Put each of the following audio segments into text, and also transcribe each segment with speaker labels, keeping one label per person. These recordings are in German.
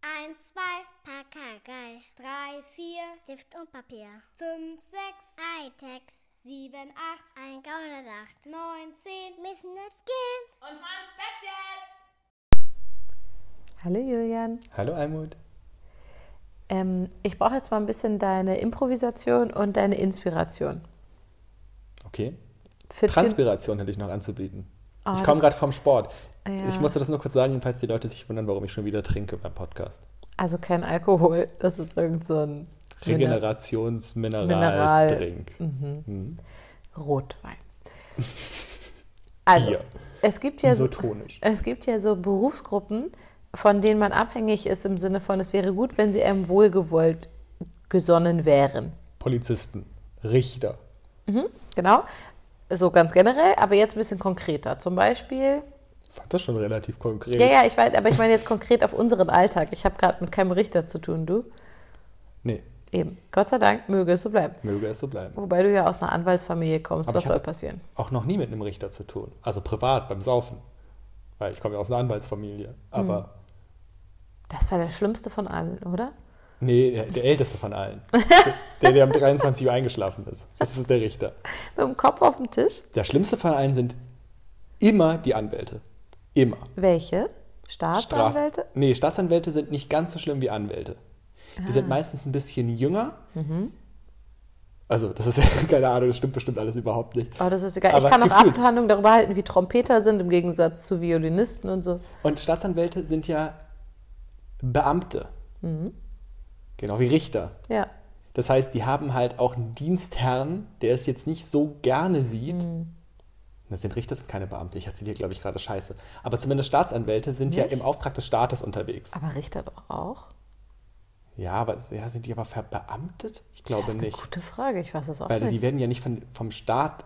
Speaker 1: 1, 2, Pakagei.
Speaker 2: 3, 4,
Speaker 1: Stift und Papier.
Speaker 2: 5, 6,
Speaker 1: Hightech.
Speaker 2: 7, 8,
Speaker 1: 1, 108.
Speaker 2: 9, 10.
Speaker 1: Müssen jetzt gehen.
Speaker 3: Und zwar ins Bett jetzt!
Speaker 4: Hallo Julian.
Speaker 5: Hallo Almut.
Speaker 4: Ähm, ich brauche jetzt mal ein bisschen deine Improvisation und deine Inspiration.
Speaker 5: Okay.
Speaker 4: Fit gen-
Speaker 5: Transpiration hätte ich noch anzubieten.
Speaker 4: Ah,
Speaker 5: ich komme gerade vom Sport.
Speaker 4: Ja.
Speaker 5: Ich musste das nur kurz sagen, falls die Leute sich wundern, warum ich schon wieder trinke beim Podcast.
Speaker 4: also kein Alkohol, das ist irgend so ein Mineral-
Speaker 5: Regenerationsmineraldrink. Mhm.
Speaker 4: Rotwein. Also,
Speaker 5: Bier.
Speaker 4: es gibt ja so,
Speaker 5: Isotonisch.
Speaker 4: es gibt ja so Berufsgruppen, von denen man abhängig ist im Sinne von, es wäre gut, wenn sie einem wohlgewollt gesonnen wären.
Speaker 5: Polizisten, Richter,
Speaker 4: Genau. So ganz generell, aber jetzt ein bisschen konkreter. Zum Beispiel
Speaker 5: Ich fand das schon relativ konkret.
Speaker 4: Ja, ja, ich weiß, aber ich meine jetzt konkret auf unseren Alltag. Ich habe gerade mit keinem Richter zu tun, du.
Speaker 5: Nee,
Speaker 4: Eben. Gott sei Dank, möge es so bleiben.
Speaker 5: möge es so bleiben.
Speaker 4: Wobei du ja aus einer Anwaltsfamilie kommst,
Speaker 5: Aber
Speaker 4: was
Speaker 5: ich
Speaker 4: soll
Speaker 5: hatte-
Speaker 4: passieren?
Speaker 5: Auch noch nie mit einem Richter zu tun. Also privat, beim Saufen. Weil ich komme ja aus einer Anwaltsfamilie. Aber
Speaker 4: Das war der schlimmste von allen, oder?
Speaker 5: nee, der, der älteste von allen. der, der um 23 Uhr eingeschlafen ist. Das ist der Richter.
Speaker 4: Mit dem Kopf auf dem Tisch.
Speaker 5: Der schlimmste von allen sind immer die Anwälte. Immer.
Speaker 4: Welche? Staatsanwälte?
Speaker 5: Straf- Nee, Staatsanwälte sind nicht ganz so schlimm wie Anwälte. Die sind meistens ein bisschen jünger. Also, das ist keine Ahnung, das stimmt bestimmt alles überhaupt nicht.
Speaker 4: Oh, das ist egal.
Speaker 5: Aber
Speaker 4: ich kann auch
Speaker 5: gefühlt.
Speaker 4: Abhandlungen darüber halten, wie Trompeter sind im Gegensatz zu Violinisten und so.
Speaker 5: Und Staatsanwälte sind ja Beamte. Genau wie Richter.
Speaker 4: Ja.
Speaker 5: Das heißt, die haben halt auch einen Dienstherrn, der es jetzt nicht so gerne sieht.
Speaker 4: Mhm.
Speaker 5: Das sind Richter, sind keine Beamte. Ich erzähle hier, glaube ich, gerade Scheiße. Aber zumindest Staatsanwälte sind ja
Speaker 4: Nicht?
Speaker 5: im Auftrag des Staates unterwegs.
Speaker 4: Aber Richter doch auch?
Speaker 5: Ja, aber ja, sind die aber verbeamtet? Ich
Speaker 4: das
Speaker 5: glaube
Speaker 4: ist
Speaker 5: nicht.
Speaker 4: eine gute Frage. Ich weiß das auch
Speaker 5: Weil
Speaker 4: nicht.
Speaker 5: die werden ja nicht von, vom Staat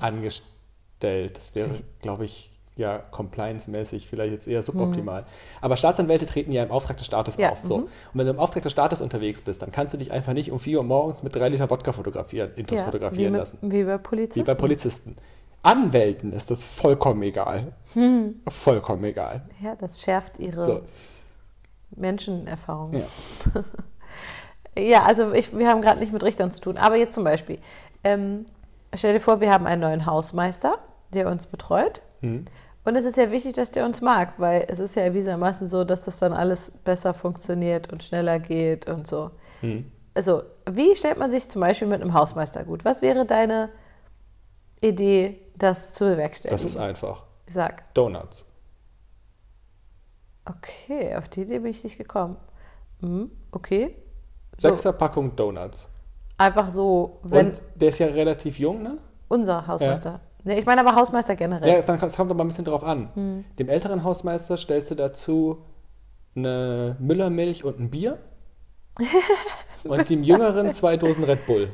Speaker 5: angestellt. Das wäre, glaube ich, ja, compliance-mäßig vielleicht jetzt eher suboptimal. Aber Staatsanwälte treten ja im Auftrag des Staates
Speaker 4: Hm. Ja, mhm.
Speaker 5: auf. So. Und wenn du im Auftrag des Staates unterwegs bist, dann kannst du dich einfach nicht um 4 Uhr morgens mit 3 Liter Wodka fotografieren, Intus
Speaker 4: ja, wie,
Speaker 5: fotografieren
Speaker 4: mit,
Speaker 5: lassen.
Speaker 4: wie bei Polizisten.
Speaker 5: Wie bei Polizisten. Anwälten ist das vollkommen egal.
Speaker 4: Hm.
Speaker 5: Vollkommen egal.
Speaker 4: Ja, das schärft ihre
Speaker 5: So.
Speaker 4: Menschenerfahrung.
Speaker 5: Ja.
Speaker 4: Ja, also ich, wir haben gerade nicht mit Richtern zu tun. Aber jetzt zum Beispiel, ähm, stell dir vor, wir haben einen neuen Hausmeister, der uns betreut.
Speaker 5: Mhm.
Speaker 4: Und es ist ja wichtig, dass der uns mag, weil es ist ja erwiesenermaßen so, dass das dann alles besser funktioniert und schneller geht und so.
Speaker 5: Mhm.
Speaker 4: Also, wie stellt man sich zum Beispiel mit einem Hausmeister gut? Was wäre deine Idee, das zu bewerkstelligen?
Speaker 5: Das ist einfach.
Speaker 4: Sag.
Speaker 5: Donuts.
Speaker 4: Okay, auf die Idee bin ich nicht gekommen. Hm, okay. So,
Speaker 5: Sechserpackung Donuts.
Speaker 4: einfach so, wenn
Speaker 5: Und der ist ja relativ jung, ne?
Speaker 4: unser Hausmeister. Nee, ich meine aber Hausmeister generell.
Speaker 5: Ja, dann kommt- es kommt aber ein bisschen drauf an. Dem älteren Hausmeister stellst du dazu eine Müllermilch und ein Bier. und dem jüngeren zwei Dosen Red Bull.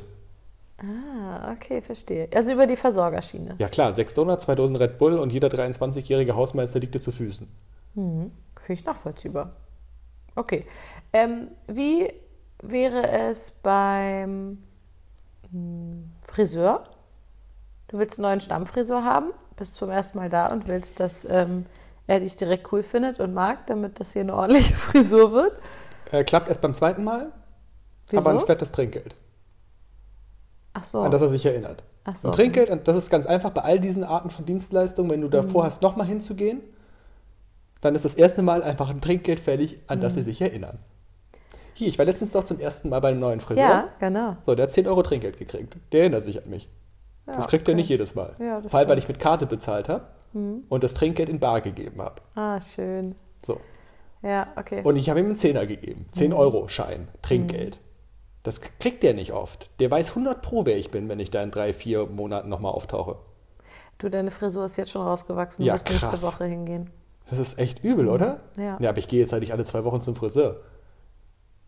Speaker 4: Ah, okay, verstehe. Also über die Versorgerschiene.
Speaker 5: Ja klar, sechs Donuts, zwei Dosen Red Bull und jeder 23-jährige Hausmeister liegt dir zu Füßen.
Speaker 4: Finde ich nachvollziehbar. Okay. Ähm, wie wäre es beim hm, Friseur? Du willst einen neuen Stammfriseur haben, bist zum ersten Mal da und willst, dass ähm, er dich direkt cool findet und mag, damit das hier eine ordentliche Frisur wird.
Speaker 5: Äh, klappt erst beim zweiten Mal,
Speaker 4: Wieso?
Speaker 5: aber ein fettes Trinkgeld,
Speaker 4: Ach so.
Speaker 5: an das er sich erinnert.
Speaker 4: Ach so.
Speaker 5: Ein Trinkgeld, und das ist ganz einfach bei all diesen Arten von Dienstleistungen,
Speaker 4: Mhm.
Speaker 5: wenn du davor hast, nochmal hinzugehen, dann ist das erste Mal einfach ein Trinkgeld fällig, an das
Speaker 4: Mhm.
Speaker 5: sie sich erinnern. Hier, ich war letztens doch zum ersten Mal bei einem neuen Friseur.
Speaker 4: ja, genau.
Speaker 5: So, der hat 10 Euro Trinkgeld gekriegt. Der erinnert sich an mich.
Speaker 4: Ja,
Speaker 5: das kriegt er nicht jedes Mal.
Speaker 4: Ja, das Mhm.
Speaker 5: Vor allem, weil ich mit Karte bezahlt habe und das Trinkgeld in Bar gegeben habe.
Speaker 4: Ah, schön.
Speaker 5: So.
Speaker 4: Ja, okay.
Speaker 5: Und ich habe ihm einen Zehner gegeben.
Speaker 4: Mhm.
Speaker 5: 10 Euro Schein, Trinkgeld. Das k- kriegt der nicht oft. Der weiß 100 pro, wer ich bin, wenn ich da in drei, vier Monaten nochmal auftauche.
Speaker 4: Du, deine Frisur ist jetzt schon rausgewachsen. Du
Speaker 5: Ja,
Speaker 4: musst nächste
Speaker 5: krass.
Speaker 4: Woche hingehen.
Speaker 5: Das ist echt übel, oder?
Speaker 4: Mhm. Ja.
Speaker 5: ja. Aber ich gehe jetzt halt nicht alle zwei Wochen zum Friseur.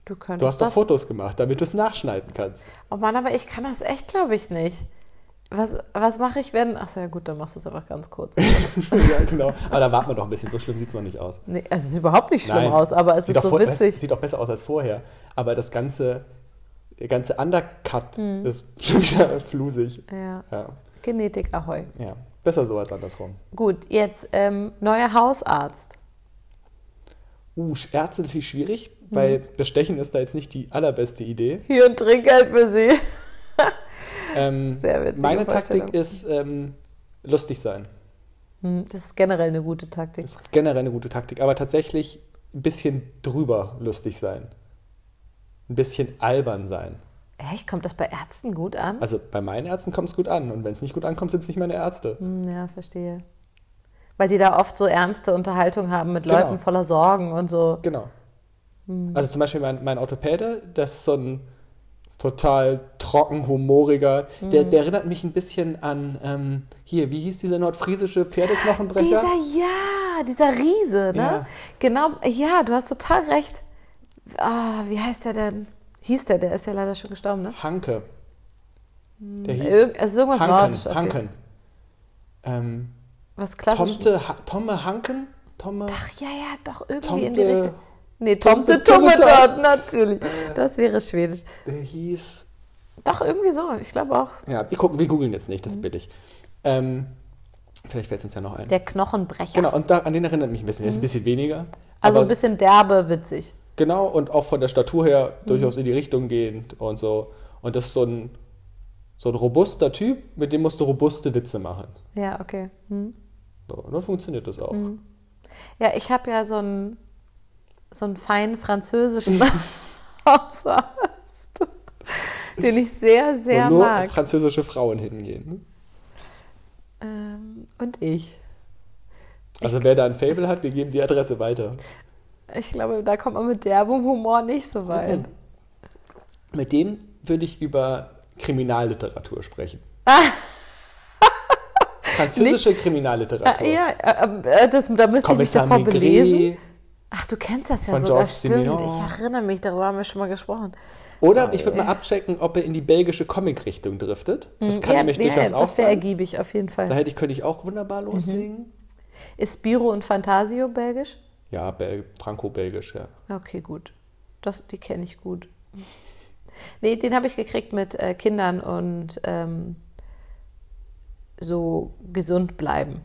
Speaker 4: Du könntest
Speaker 5: Du hast doch
Speaker 4: das.
Speaker 5: Fotos gemacht, damit du es nachschneiden kannst.
Speaker 4: Oh Mann, aber ich kann das echt, glaube ich, nicht. Was, was mache ich, wenn. Ach so, ja, gut, dann machst du es einfach ganz kurz.
Speaker 5: ja, genau. Aber da warten wir doch ein bisschen. So schlimm sieht es noch nicht aus.
Speaker 4: nee, es ist überhaupt nicht schlimm aus, aber es
Speaker 5: Sieht
Speaker 4: ist
Speaker 5: doch
Speaker 4: so
Speaker 5: voll-
Speaker 4: witzig.
Speaker 5: es Sieht auch besser aus als vorher. Aber das ganze, der ganze Undercut ist schon wieder flusig.
Speaker 4: Mhm. ja.
Speaker 5: Ja,
Speaker 4: Genetik, ahoi.
Speaker 5: ja. Besser so als andersrum.
Speaker 4: Gut, jetzt ähm, neuer Hausarzt.
Speaker 5: Uh, Ärzte natürlich schwierig,
Speaker 4: Mhm.
Speaker 5: weil Bestechen ist da jetzt nicht die allerbeste Idee.
Speaker 4: Hier ein Trinkgeld für sie.
Speaker 5: Ähm,
Speaker 4: Sehr witzige
Speaker 5: meine
Speaker 4: Vorstellung.
Speaker 5: Taktik ist ähm, lustig sein.
Speaker 4: Hm, Das ist generell eine gute Taktik.
Speaker 5: Ist generell eine gute Taktik, aber tatsächlich ein bisschen drüber lustig sein. Ein bisschen albern sein.
Speaker 4: Echt? Kommt das bei Ärzten gut an?
Speaker 5: Also bei meinen Ärzten kommt es gut an und wenn es nicht gut ankommt, sind es nicht meine Ärzte.
Speaker 4: Hm, Ja, verstehe. Weil die da oft so ernste Unterhaltung haben mit
Speaker 5: Genau.
Speaker 4: Leuten voller Sorgen und so.
Speaker 5: Genau.
Speaker 4: Hm.
Speaker 5: Also zum Beispiel mein, mein Orthopäde, das ist so ein total trocken, humoriger,
Speaker 4: Hm.
Speaker 5: der, der erinnert mich ein bisschen an, ähm, hier, wie hieß dieser nordfriesische Pferdeknochenbrecher?
Speaker 4: Dieser, ja, dieser Riese, ne?
Speaker 5: Ja.
Speaker 4: Genau, ja, du hast total recht. Ah, wie heißt der denn? Hieß der, der ist ja leider schon gestorben, ne?
Speaker 5: Hanke. Der hieß
Speaker 4: Irg also irgendwas Nordisches.
Speaker 5: Hanken.
Speaker 4: auf jeden Fall.
Speaker 5: Hanken. Ähm,
Speaker 4: Was klassisch.
Speaker 5: Tomte, ha Tomme Hanken? Tomme,
Speaker 4: Ach ja, ja, doch irgendwie
Speaker 5: Tomte-
Speaker 4: in die Richtung. Nee, Tomte
Speaker 5: Tomte Tummetott.
Speaker 4: Tummetott, natürlich. Das wäre schwedisch.
Speaker 5: der hieß...
Speaker 4: Doch, irgendwie so. Ich glaube auch.
Speaker 5: Ja, wir, gucken, wir googeln jetzt nicht, das ist billig. Ähm, vielleicht fällt es uns ja noch ein.
Speaker 4: Hm. Der Knochenbrecher.
Speaker 5: Genau, und da, an den erinnert mich ein bisschen. Der ist ein bisschen weniger.
Speaker 4: Also
Speaker 5: aber-
Speaker 4: ein bisschen derbe, witzig.
Speaker 5: Genau, und auch von der Statur her
Speaker 4: Mhm.
Speaker 5: durchaus in die Richtung gehend und so. Und das ist so ein, so ein robuster Typ, mit dem musst du robuste Witze machen.
Speaker 4: Ja, okay. Hm.
Speaker 5: So, und dann funktioniert das auch.
Speaker 4: Mhm. Ja, ich habe ja so einen, so einen feinen französischen Hausarzt, den ich sehr, sehr
Speaker 5: Wo nur
Speaker 4: mag.
Speaker 5: französische Frauen hingehen. ne?
Speaker 4: Ähm, und ich.
Speaker 5: Also wer da ein Fable hat, wir geben die Adresse weiter.
Speaker 4: Ich glaube, da kommt man mit derbem Humor nicht so weit.
Speaker 5: Mhm. Mit dem würde ich über Kriminalliteratur sprechen. Französische
Speaker 4: Ah,
Speaker 5: Kriminalliteratur.
Speaker 4: ja, äh, äh, das, da müsste ich mich
Speaker 5: Kommissar
Speaker 4: davor belesen.
Speaker 5: Maigret.
Speaker 4: Ach, du kennst das ja
Speaker 5: Von
Speaker 4: sogar,
Speaker 5: Georges
Speaker 4: stimmt.
Speaker 5: Simenon.
Speaker 4: Ich erinnere mich, darüber haben wir schon mal gesprochen.
Speaker 5: Oder
Speaker 4: Ah,
Speaker 5: ich würde mal abchecken, ob er in die belgische Comic-Richtung driftet. Das kann
Speaker 4: Mhm. ja,
Speaker 5: nämlich
Speaker 4: ja,
Speaker 5: durchaus auch
Speaker 4: das wäre
Speaker 5: sein.
Speaker 4: ergiebig, auf jeden
Speaker 5: Da
Speaker 4: Fall.
Speaker 5: hätte ich, könnte ich auch wunderbar
Speaker 4: Mhm.
Speaker 5: loslegen.
Speaker 4: Ist Biro und Fantasio belgisch?
Speaker 5: Ja, Bel franco-belgisch, ja.
Speaker 4: Okay, gut. Das, die kenne ich gut. Nee, den habe ich gekriegt mit äh, Kindern und ähm, so gesund bleiben.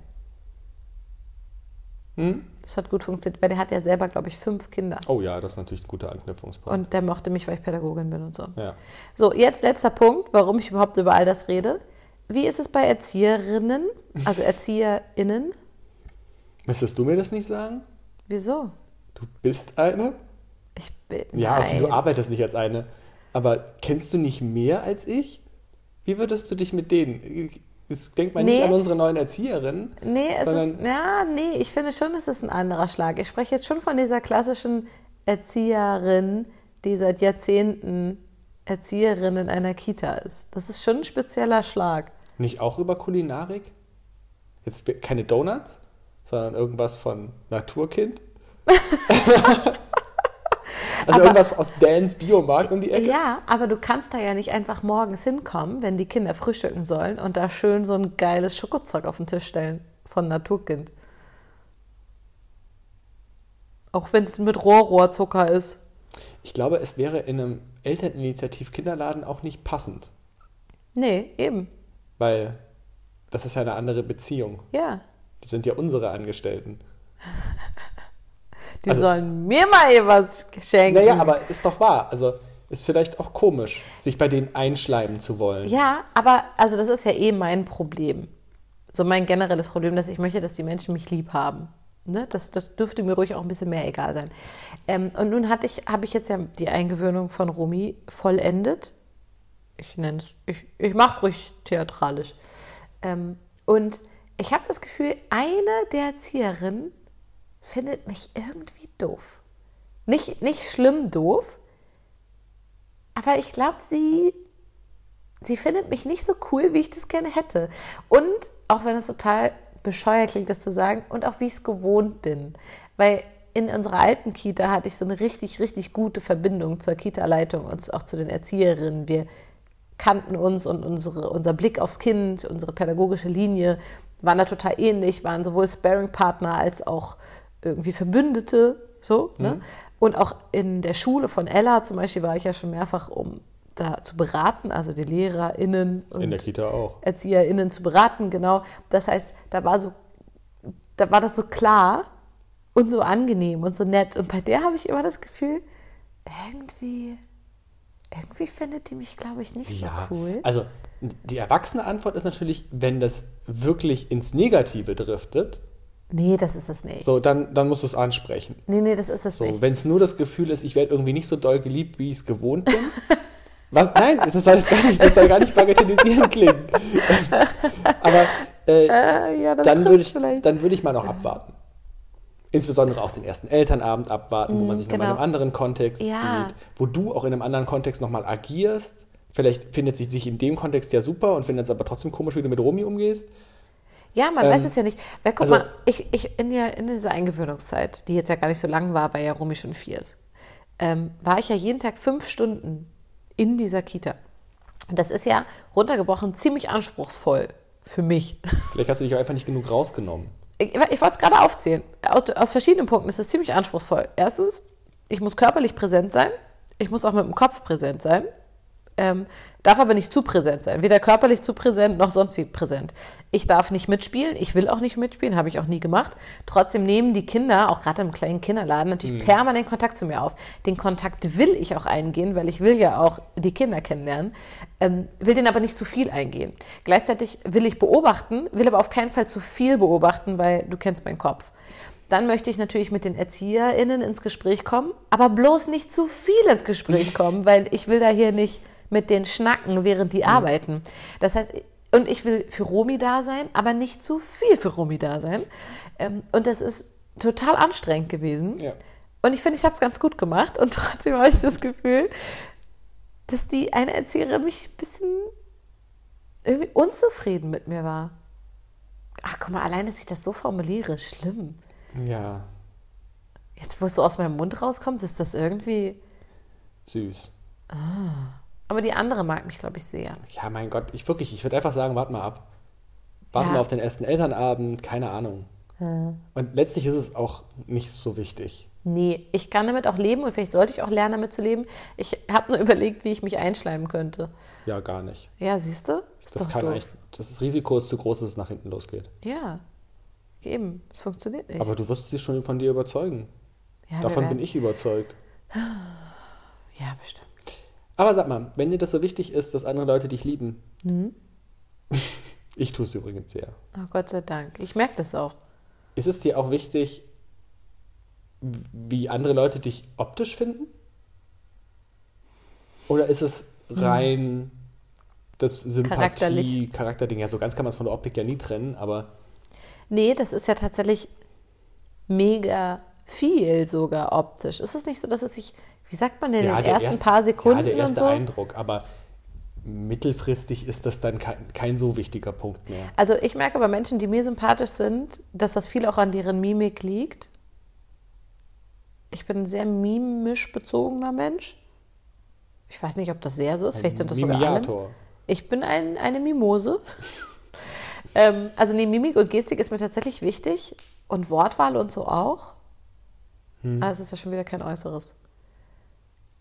Speaker 5: Hm?
Speaker 4: Das hat gut funktioniert, weil der hat ja selber, glaube ich, fünf Kinder.
Speaker 5: Oh ja, das ist natürlich ein guter Anknüpfungspunkt.
Speaker 4: Und der mochte mich, weil ich Pädagogin bin und so.
Speaker 5: ja.
Speaker 4: So, jetzt letzter Punkt, warum ich überhaupt über all das rede. Wie ist es bei Erzieherinnen, also ErzieherInnen?
Speaker 5: Müsstest du mir das nicht sagen?
Speaker 4: Wieso?
Speaker 5: Du bist eine?
Speaker 4: Ich bin.
Speaker 5: Ja, okay, du
Speaker 4: nein.
Speaker 5: arbeitest nicht als eine. Aber kennst du nicht mehr als ich? Wie würdest du dich mit denen? Jetzt denkt man nicht
Speaker 4: Nee.
Speaker 5: an unsere neuen Erzieherinnen.
Speaker 4: Nee, es ist,
Speaker 5: sondern-
Speaker 4: ja, nee, ich finde schon, es ist ein anderer Schlag. Ich spreche jetzt schon von dieser klassischen Erzieherin, die seit Jahrzehnten Erzieherin in einer Kita ist. Das ist schon ein spezieller Schlag.
Speaker 5: Nicht auch über Kulinarik? Jetzt keine Donuts, sondern irgendwas von Naturkind? also irgendwas aus Dans Biomarkt um die Ecke?
Speaker 4: Ja, aber du kannst da ja nicht einfach morgens hinkommen, wenn die Kinder frühstücken sollen und da schön so ein geiles Schokozeug auf den Tisch stellen von Naturkind. Auch wenn es mit Rohrrohrzucker ist.
Speaker 5: Ich glaube, es wäre in einem Elterninitiativ-Kinderladen auch nicht passend,
Speaker 4: Nee, eben.
Speaker 5: weil das ist ja eine andere Beziehung.
Speaker 4: Ja.
Speaker 5: Die sind ja unsere Angestellten.
Speaker 4: Die
Speaker 5: Also-
Speaker 4: sollen mir mal hier was schenken.
Speaker 5: Naja, aber ist doch wahr. Also ist vielleicht auch komisch, sich bei denen einschleimen zu wollen.
Speaker 4: Ja, aber also das ist ja eh mein Problem. So mein generelles Problem, dass ich möchte, dass die Menschen mich lieb haben. Ne? Das, das dürfte mir ruhig auch ein bisschen mehr egal sein. Ähm, und nun hatte ich, habe ich jetzt ja die Eingewöhnung von Rumi vollendet. Ich nenne es, ich, ich mache es ruhig theatralisch. Ähm, und ich habe das Gefühl, eine der Erzieherinnen findet mich irgendwie doof. Nicht, nicht schlimm doof, aber ich glaube, sie sie findet mich nicht so cool, wie ich das gerne hätte. Und auch wenn es total bescheuert klingt, das zu sagen, und auch wie ich es gewohnt bin. Weil in unserer alten Kita hatte ich so eine richtig, richtig gute Verbindung zur Kita-Leitung und auch zu den Erzieherinnen. Wir kannten uns und unsere, unser Blick aufs Kind, unsere pädagogische Linie waren da total ähnlich, waren sowohl Sparing-Partner als auch irgendwie Verbündete. So,
Speaker 5: Mhm.
Speaker 4: ne? Und auch in der Schule von Ella zum Beispiel war ich ja schon mehrfach, um da zu beraten, also die LehrerInnen und
Speaker 5: In der Kita auch.
Speaker 4: ErzieherInnen zu beraten, genau. Das heißt, da war so, da war das so klar und so angenehm und so nett. Und bei der habe ich immer das Gefühl, irgendwie, irgendwie findet die mich, glaube ich, nicht so cool.
Speaker 5: Also die erwachsene Antwort ist natürlich, wenn das wirklich ins Negative driftet,
Speaker 4: nee, das ist es nicht.
Speaker 5: so dann, dann musst du es ansprechen.
Speaker 4: Nee, nee, das ist es
Speaker 5: So,
Speaker 4: nicht.
Speaker 5: wenn es nur das Gefühl ist, ich werde irgendwie nicht so doll geliebt, wie ich es gewohnt bin. Was? Nein, das soll jetzt gar nicht, das soll gar nicht bagatellisieren klingen. Aber äh,
Speaker 4: Äh, ja, das
Speaker 5: dann
Speaker 4: trifft
Speaker 5: würde ich,
Speaker 4: vielleicht.
Speaker 5: dann würde ich mal noch abwarten. Insbesondere auch den ersten Elternabend abwarten, wo man sich nochmal in
Speaker 4: genau.
Speaker 5: einem anderen Kontext
Speaker 4: Ja.
Speaker 5: sieht, wo du auch in einem anderen Kontext nochmal agierst. Vielleicht findet sie sich in dem Kontext ja super und findet es aber trotzdem komisch, wie du mit Romy umgehst.
Speaker 4: Ja, man
Speaker 5: Ähm,
Speaker 4: weiß es ja nicht. Weil guck
Speaker 5: also-
Speaker 4: mal, ich, ich in, der, in dieser Eingewöhnungszeit, die jetzt ja gar nicht so lang war, weil ja Romy schon vier ist, ähm, war ich ja jeden Tag fünf Stunden in dieser Kita. Und das ist ja runtergebrochen ziemlich anspruchsvoll für mich.
Speaker 5: Vielleicht hast du dich auch einfach nicht genug rausgenommen.
Speaker 4: Ich, ich wollte es gerade aufzählen. Aus, aus verschiedenen Punkten ist es ziemlich anspruchsvoll. Erstens, ich muss körperlich präsent sein. Ich muss auch mit dem Kopf präsent sein. Ähm, darf aber nicht zu präsent sein. Weder körperlich zu präsent noch sonst wie präsent. Ich darf nicht mitspielen. Ich will auch nicht mitspielen. Habe ich auch nie gemacht. Trotzdem nehmen die Kinder, auch gerade im kleinen Kinderladen, natürlich permanent Kontakt zu mir auf. Den Kontakt will ich auch eingehen, weil ich will ja auch die Kinder kennenlernen. Ähm, will den aber nicht zu viel eingehen. Gleichzeitig will ich beobachten, will aber auf keinen Fall zu viel beobachten, weil du kennst meinen Kopf. Dann möchte ich natürlich mit den ErzieherInnen ins Gespräch kommen, aber bloß nicht zu viel ins Gespräch kommen, weil ich will da hier nicht mit denen schnacken, während die arbeiten. Das heißt, und ich will für Romy da sein, aber nicht zu viel für Romy da sein. Ähm, Und das ist total anstrengend gewesen.
Speaker 5: Ja.
Speaker 4: Und ich finde, ich habe es ganz gut gemacht und trotzdem habe ich das Gefühl, dass die eine Erzieherin mich ein bisschen irgendwie unzufrieden mit mir war. Ach, guck mal, allein, dass ich das so formuliere, schlimm.
Speaker 5: Ja,
Speaker 4: Jetzt, wo es so aus meinem Mund rauskommt, ist das irgendwie.
Speaker 5: süß.
Speaker 4: Aber die andere mag mich, glaube ich, sehr.
Speaker 5: Ja, mein Gott, ich wirklich, ich würde einfach sagen, warte mal ab.
Speaker 4: Ja.
Speaker 5: Warte
Speaker 4: Hm.
Speaker 5: mal auf den ersten Elternabend, keine Ahnung. Und letztlich ist es auch nicht so wichtig.
Speaker 4: Nee, ich kann damit auch leben und vielleicht sollte ich auch lernen, damit zu leben. Ich habe nur überlegt, wie ich mich einschleimen könnte.
Speaker 5: Ja, gar nicht.
Speaker 4: Ja, siehst du? Ist
Speaker 5: Das
Speaker 4: doch
Speaker 5: kann
Speaker 4: doof.
Speaker 5: eigentlich, das Risiko ist zu groß, dass es nach hinten losgeht.
Speaker 4: Ja, eben. Es funktioniert nicht.
Speaker 5: Aber du wirst sie schon von dir überzeugen.
Speaker 4: ja, wir
Speaker 5: Davon bin
Speaker 4: werden-
Speaker 5: ich überzeugt.
Speaker 4: Ja, bestimmt.
Speaker 5: Aber sag mal, wenn dir das so wichtig ist, dass andere Leute dich lieben.
Speaker 4: Hm?
Speaker 5: Ich tue es übrigens sehr.
Speaker 4: Oh, Gott sei Dank. Ich merke das auch.
Speaker 5: Ist es dir auch wichtig, wie andere Leute dich optisch finden? Oder ist es rein das Sympathie,
Speaker 4: Hm. Charakterlich.
Speaker 5: Charakterding? Ja, so ganz kann man es von der Optik ja nie trennen, aber
Speaker 4: Nee, das ist ja tatsächlich mega viel sogar optisch. Ist es nicht so, dass es sich, wie sagt man denn,
Speaker 5: ja,
Speaker 4: in den ersten paar Sekunden
Speaker 5: ja, der erste
Speaker 4: und so?
Speaker 5: Eindruck, aber mittelfristig ist das dann kein, kein so wichtiger Punkt mehr.
Speaker 4: Also ich merke bei Menschen, die mir sympathisch sind, dass das viel auch an deren Mimik liegt. Ich bin ein sehr mimisch bezogener Mensch. Ich weiß nicht, ob das sehr so ist. Vielleicht sind das sogar alle.
Speaker 5: Mimiator.
Speaker 4: Ich bin ein, eine Mimose. ähm, also nee, Mimik und Gestik ist mir tatsächlich wichtig. Und Wortwahl und so auch. Aber es ist ja schon wieder kein Äußeres.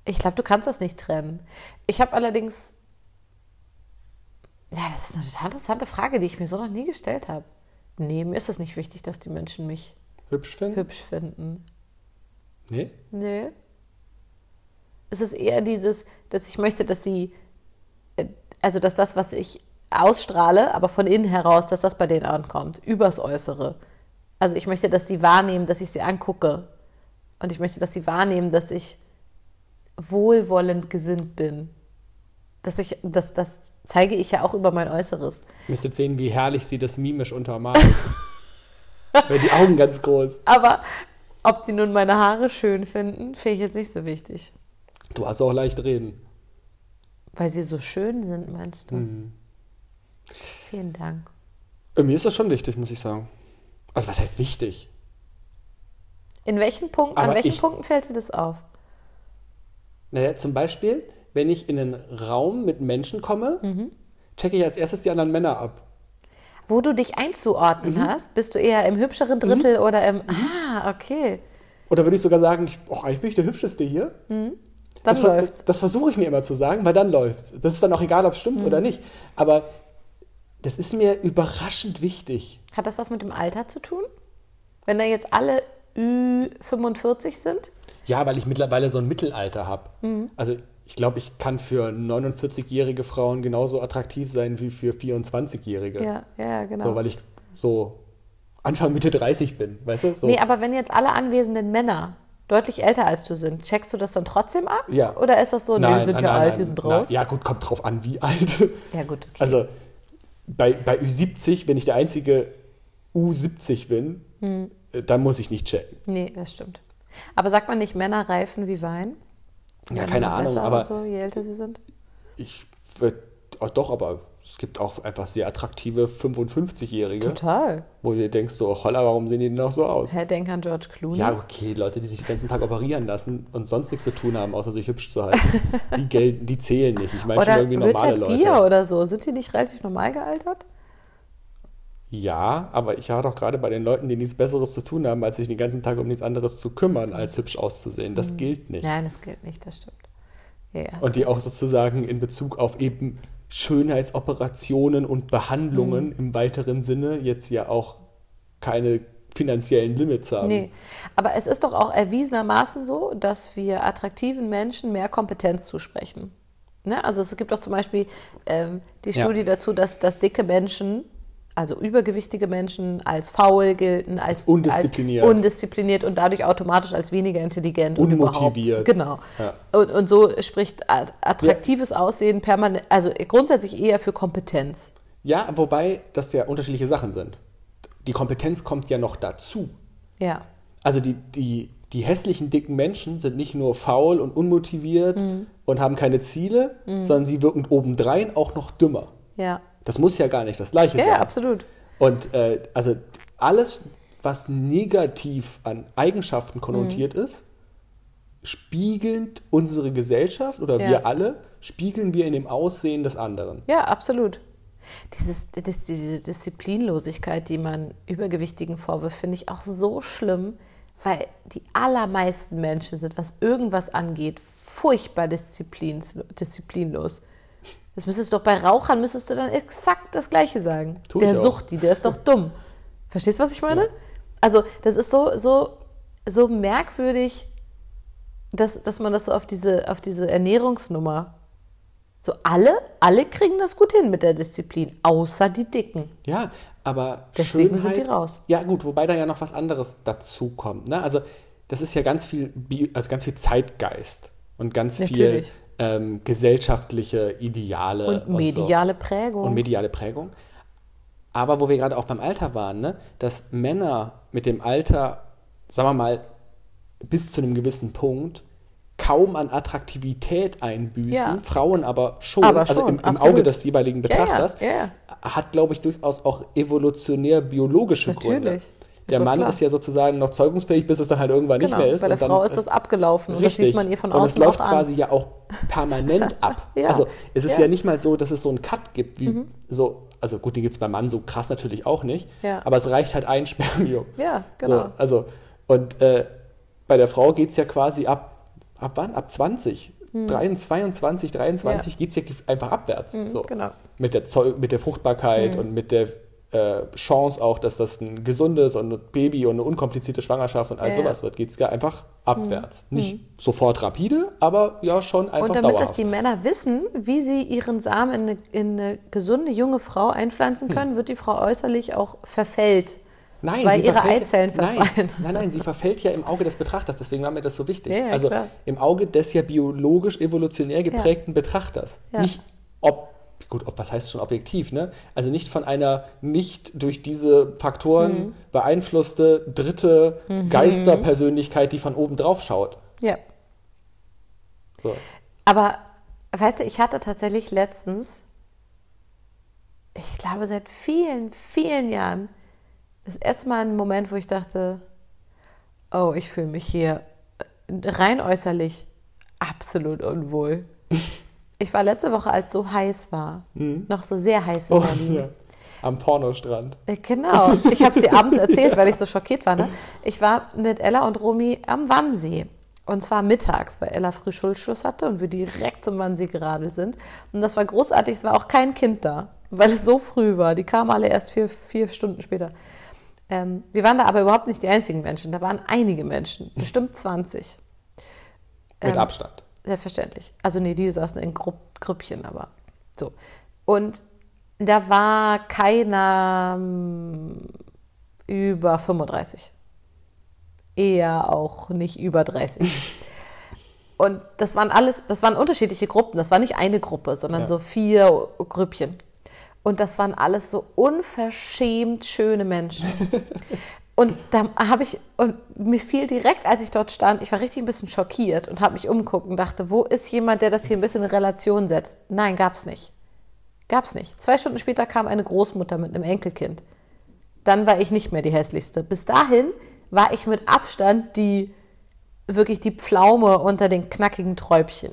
Speaker 4: Ich glaube, du kannst das nicht trennen. Ich habe allerdings ja, das ist eine total interessante Frage, die ich mir so noch nie gestellt habe. Nee, mir ist es nicht wichtig, dass die Menschen mich
Speaker 5: Hübsch finden?
Speaker 4: hübsch finden.
Speaker 5: Nee?
Speaker 4: Nö. Es ist eher dieses, dass ich möchte, dass sie, äh, also dass das, was ich ausstrahle, aber von innen heraus, dass das bei denen ankommt, übers Äußere. Also ich möchte, dass die wahrnehmen, dass ich sie angucke. Und ich möchte, dass sie wahrnehmen, dass ich wohlwollend gesinnt bin. Dass ich, das, das zeige ich ja auch über mein Äußeres.
Speaker 5: Müsst jetzt sehen, wie herrlich sie das mimisch untermalt. Weil die Augen ganz groß.
Speaker 4: Aber ob die nun meine Haare schön finden, finde ich jetzt nicht so wichtig.
Speaker 5: Du hast auch leicht reden.
Speaker 4: Weil sie so schön sind, meinst du?
Speaker 5: Mhm.
Speaker 4: Vielen Dank.
Speaker 5: Äh, Mir ist das schon wichtig, muss ich sagen. Also was heißt wichtig?
Speaker 4: In welchen Punkten, an
Speaker 5: Aber
Speaker 4: welchen
Speaker 5: ich-
Speaker 4: Punkten fällt dir das auf?
Speaker 5: Naja, zum Beispiel, wenn ich in einen Raum mit Menschen komme,
Speaker 4: Mhm.
Speaker 5: checke ich als erstes die anderen Männer ab.
Speaker 4: Wo du dich einzuordnen
Speaker 5: Mhm.
Speaker 4: hast, bist du eher im hübscheren Drittel oder im. Ah, okay.
Speaker 5: Oder würde ich sogar sagen, ich, och, eigentlich bin ich der Hübscheste hier.
Speaker 4: Dann
Speaker 5: das, ver-
Speaker 4: läuft's.
Speaker 5: Das versuche ich mir immer zu sagen, weil dann läuft's. Das ist dann auch egal, ob es stimmt
Speaker 4: Mhm.
Speaker 5: oder nicht. Aber das ist mir überraschend wichtig.
Speaker 4: Hat das was mit dem Alter zu tun? Wenn da jetzt alle Ü45 sind.
Speaker 5: Ja, weil ich mittlerweile so ein Mittelalter habe.
Speaker 4: Mhm.
Speaker 5: Also ich glaube, ich kann für 49-jährige Frauen genauso attraktiv sein wie für 24-jährige.
Speaker 4: Ja, ja, genau.
Speaker 5: So, weil ich so Anfang Mitte 30 bin, weißt du? So.
Speaker 4: Nee, aber wenn jetzt alle anwesenden Männer deutlich älter als du sind, checkst du das dann trotzdem ab?
Speaker 5: Ja.
Speaker 4: Oder ist das so, nee, die sind ja alt, die sind
Speaker 5: nein.
Speaker 4: raus?
Speaker 5: Ja, gut, kommt drauf an, wie alt.
Speaker 4: ja. gut, okay.
Speaker 5: Also bei, bei Ü70, wenn ich der einzige U70 bin,
Speaker 4: Hm.
Speaker 5: äh, dann muss ich nicht checken.
Speaker 4: nee, das stimmt. Aber sagt man nicht, Männer reifen wie Wein?
Speaker 5: Ja,
Speaker 4: Werden
Speaker 5: keine
Speaker 4: immer
Speaker 5: Ahnung,
Speaker 4: besser also.
Speaker 5: aber
Speaker 4: und So, je älter sie sind?
Speaker 5: ich würde, doch, aber es gibt auch einfach sehr attraktive 55-Jährige,
Speaker 4: Total.
Speaker 5: wo du dir denkst, so, holla, warum sehen die denn noch so aus?
Speaker 4: Herr Denk an George Clooney.
Speaker 5: Ja, okay, Leute, die sich den ganzen Tag operieren lassen und sonst nichts zu tun haben, außer sich hübsch zu halten, die, gelten, die zählen nicht. Ich meine schon
Speaker 4: oder
Speaker 5: irgendwie normale
Speaker 4: Richard
Speaker 5: Leute.
Speaker 4: Gere oder so. Sind die nicht relativ normal gealtert?
Speaker 5: Ja, aber ich war doch gerade bei den Leuten, die nichts Besseres zu tun haben, als sich den ganzen Tag um nichts anderes zu kümmern, als hübsch auszusehen. Das
Speaker 4: Mhm.
Speaker 5: gilt nicht.
Speaker 4: Nein, das gilt nicht, das stimmt. Ja, ja.
Speaker 5: Und die auch sozusagen in Bezug auf eben Schönheitsoperationen und
Speaker 4: Mhm.
Speaker 5: Behandlungen im weiteren Sinne jetzt ja auch keine finanziellen Limits haben.
Speaker 4: Nee, aber es ist doch auch erwiesenermaßen so, dass wir attraktiven Menschen mehr Kompetenz zusprechen. Ne? Also es gibt auch zum Beispiel ähm, die
Speaker 5: Ja.
Speaker 4: Studie dazu, dass, dass dicke Menschen, also übergewichtige Menschen, als faul gelten, als,
Speaker 5: Als undiszipliniert.
Speaker 4: als undiszipliniert und dadurch automatisch als weniger intelligent und überhaupt.
Speaker 5: Unmotiviert.
Speaker 4: Genau.
Speaker 5: Ja.
Speaker 4: Und, und so spricht a- attraktives Aussehen permanent, also grundsätzlich eher für Kompetenz.
Speaker 5: Ja, wobei das ja unterschiedliche Sachen sind. Die Kompetenz kommt ja noch dazu.
Speaker 4: Ja.
Speaker 5: Also die, die, die hässlichen, dicken Menschen sind nicht nur faul und unmotiviert
Speaker 4: Mhm.
Speaker 5: und haben keine Ziele, sondern sie wirken obendrein auch noch dümmer.
Speaker 4: Ja.
Speaker 5: Das muss ja gar nicht das Gleiche
Speaker 4: Ja,
Speaker 5: sein.
Speaker 4: ja, absolut.
Speaker 5: Und äh, also alles, was negativ an Eigenschaften konnotiert
Speaker 4: Mhm.
Speaker 5: ist, spiegelnd unsere Gesellschaft oder
Speaker 4: Ja.
Speaker 5: wir alle, spiegeln wir in dem Aussehen des anderen.
Speaker 4: Ja, absolut. Dieses, dis- diese Disziplinlosigkeit, die man Übergewichtigen vorwirft, finde ich auch so schlimm, weil die allermeisten Menschen sind, was irgendwas angeht, furchtbar disziplins- disziplinlos. Das müsstest du doch bei Rauchern, müsstest du dann exakt das Gleiche sagen.
Speaker 5: Tu ich
Speaker 4: der
Speaker 5: auch.
Speaker 4: Suchti, der ist doch dumm. Verstehst du, was ich meine? Also, das ist so, so, so merkwürdig, dass, dass man das so auf diese, auf diese Ernährungsnummer so alle, alle kriegen das gut hin mit der Disziplin, außer die Dicken.
Speaker 5: Ja, aber
Speaker 4: Deswegen sind
Speaker 5: Schönheit,
Speaker 4: die raus.
Speaker 5: Ja, gut, wobei da ja noch was anderes dazu kommt. Ne? Also das ist ja ganz viel, Bi- also ganz viel Zeitgeist und ganz viel
Speaker 4: Natürlich.
Speaker 5: ähm, gesellschaftliche Ideale
Speaker 4: Und
Speaker 5: Äh, so.
Speaker 4: mediale Prägung.
Speaker 5: und mediale Prägung. Aber wo wir gerade auch beim Alter waren, ne? dass Männer mit dem Alter, sagen wir mal, bis zu einem gewissen Punkt kaum an Attraktivität einbüßen,
Speaker 4: Ja.
Speaker 5: Frauen aber schon,
Speaker 4: Aber
Speaker 5: also
Speaker 4: schon,
Speaker 5: im, im
Speaker 4: absolut.
Speaker 5: Auge des jeweiligen
Speaker 4: ja,
Speaker 5: Betrachters,
Speaker 4: ja, ja.
Speaker 5: hat, glaube ich, durchaus auch evolutionär biologische
Speaker 4: Natürlich.
Speaker 5: Gründe.
Speaker 4: Ist
Speaker 5: Der
Speaker 4: doch
Speaker 5: Mann
Speaker 4: klar.
Speaker 5: ist ja sozusagen noch zeugungsfähig, bis es dann halt irgendwann
Speaker 4: genau.
Speaker 5: nicht mehr ist.
Speaker 4: Bei der
Speaker 5: und dann
Speaker 4: Frau ist das abgelaufen und das
Speaker 5: Richtig.
Speaker 4: sieht man ihr von
Speaker 5: und es
Speaker 4: außen
Speaker 5: läuft
Speaker 4: auch
Speaker 5: quasi
Speaker 4: an.
Speaker 5: ja auch permanent ab.
Speaker 4: Ja.
Speaker 5: Also es ist ja.
Speaker 4: Ja. Mhm.
Speaker 5: nicht mal so, dass es so einen Cut gibt, wie so, also gut, den gibt es beim Mann so krass natürlich auch nicht,
Speaker 4: Ja.
Speaker 5: aber es reicht halt ein Spermium.
Speaker 4: Ja, genau.
Speaker 5: So, also, und äh, bei der Frau geht es ja quasi ab, ab wann? Ab 20.
Speaker 4: Hm.
Speaker 5: 23, 22, 23 geht's geht es ja einfach abwärts. so.
Speaker 4: genau.
Speaker 5: mit, der Zeu mit der Fruchtbarkeit
Speaker 4: Mhm.
Speaker 5: und mit der äh, Chance auch, dass das ein gesundes und ein Baby und eine unkomplizierte Schwangerschaft und all
Speaker 4: Ja, Mhm.
Speaker 5: sowas wird, geht es ja einfach abwärts. Nicht sofort rapide, aber ja schon
Speaker 4: Und
Speaker 5: einfach
Speaker 4: damit das
Speaker 5: dauerhaft.
Speaker 4: die Männer wissen, wie sie ihren Samen in eine, in eine gesunde junge Frau
Speaker 5: Hm.
Speaker 4: einpflanzen können, wird die Frau äußerlich auch verfällt.
Speaker 5: Nein,
Speaker 4: weil ihre
Speaker 5: verfällt-
Speaker 4: Eizellen
Speaker 5: Nein,
Speaker 4: verfallen.
Speaker 5: nein, nein, sie verfällt ja im Auge des Betrachters, deswegen war mir das so wichtig.
Speaker 4: Ja, ja,
Speaker 5: also
Speaker 4: klar.
Speaker 5: im Auge des ja biologisch evolutionär geprägten Betrachters.
Speaker 4: Ja.
Speaker 5: Nicht ob, gut, ob, was heißt schon objektiv, ne? Also nicht von einer nicht durch diese Faktoren
Speaker 4: Mhm.
Speaker 5: beeinflusste dritte Geisterpersönlichkeit, die von oben drauf schaut.
Speaker 4: Ja.
Speaker 5: So.
Speaker 4: Ähm, Aber weißt du, ich hatte tatsächlich letztens, ich glaube seit vielen, vielen Jahren, das erste Mal einen Moment, wo ich dachte, oh, ich fühle mich hier rein äußerlich absolut unwohl. Ich war letzte Woche, als so heiß war, noch so sehr heiß in
Speaker 5: Oh,
Speaker 4: Berlin.
Speaker 5: ja. Am Pornostrand.
Speaker 4: Äh, Genau, ich habe sie abends erzählt, weil ich so schockiert war. Ne? Ich war mit Ella und Romy am Wannsee. Und zwar mittags, weil Ella früh Schulschluss hatte und wir direkt zum Wannsee geradelt sind. Und das war großartig, es war auch kein Kind da, weil es so früh war. Die kamen alle erst vier, vier Stunden später. Ähm, wir waren da aber überhaupt nicht die einzigen Menschen. Da waren einige Menschen, bestimmt 20.
Speaker 5: Mit
Speaker 4: Ähm,
Speaker 5: Abstand.
Speaker 4: Selbstverständlich. Also nee, die saßen in Grupp Grüppchen, aber so. Und da war keiner ähm, über 35. Eher auch nicht über 30. Und das waren alles, das waren unterschiedliche Gruppen. Das war nicht eine Gruppe, sondern
Speaker 5: Ja.
Speaker 4: so vier Grüppchen. Und das waren alles so unverschämt schöne Menschen. Und da habe ich, und mir fiel direkt, als ich dort stand, ich war richtig ein bisschen schockiert und habe mich umgucken und dachte, wo ist jemand, der das hier ein bisschen in Relation setzt? Nein, gab's nicht. Gab's nicht. Zwei Stunden später kam eine Großmutter mit einem Enkelkind. Dann war ich nicht mehr die hässlichste. Bis dahin war ich mit Abstand die wirklich die Pflaume unter den knackigen Träubchen.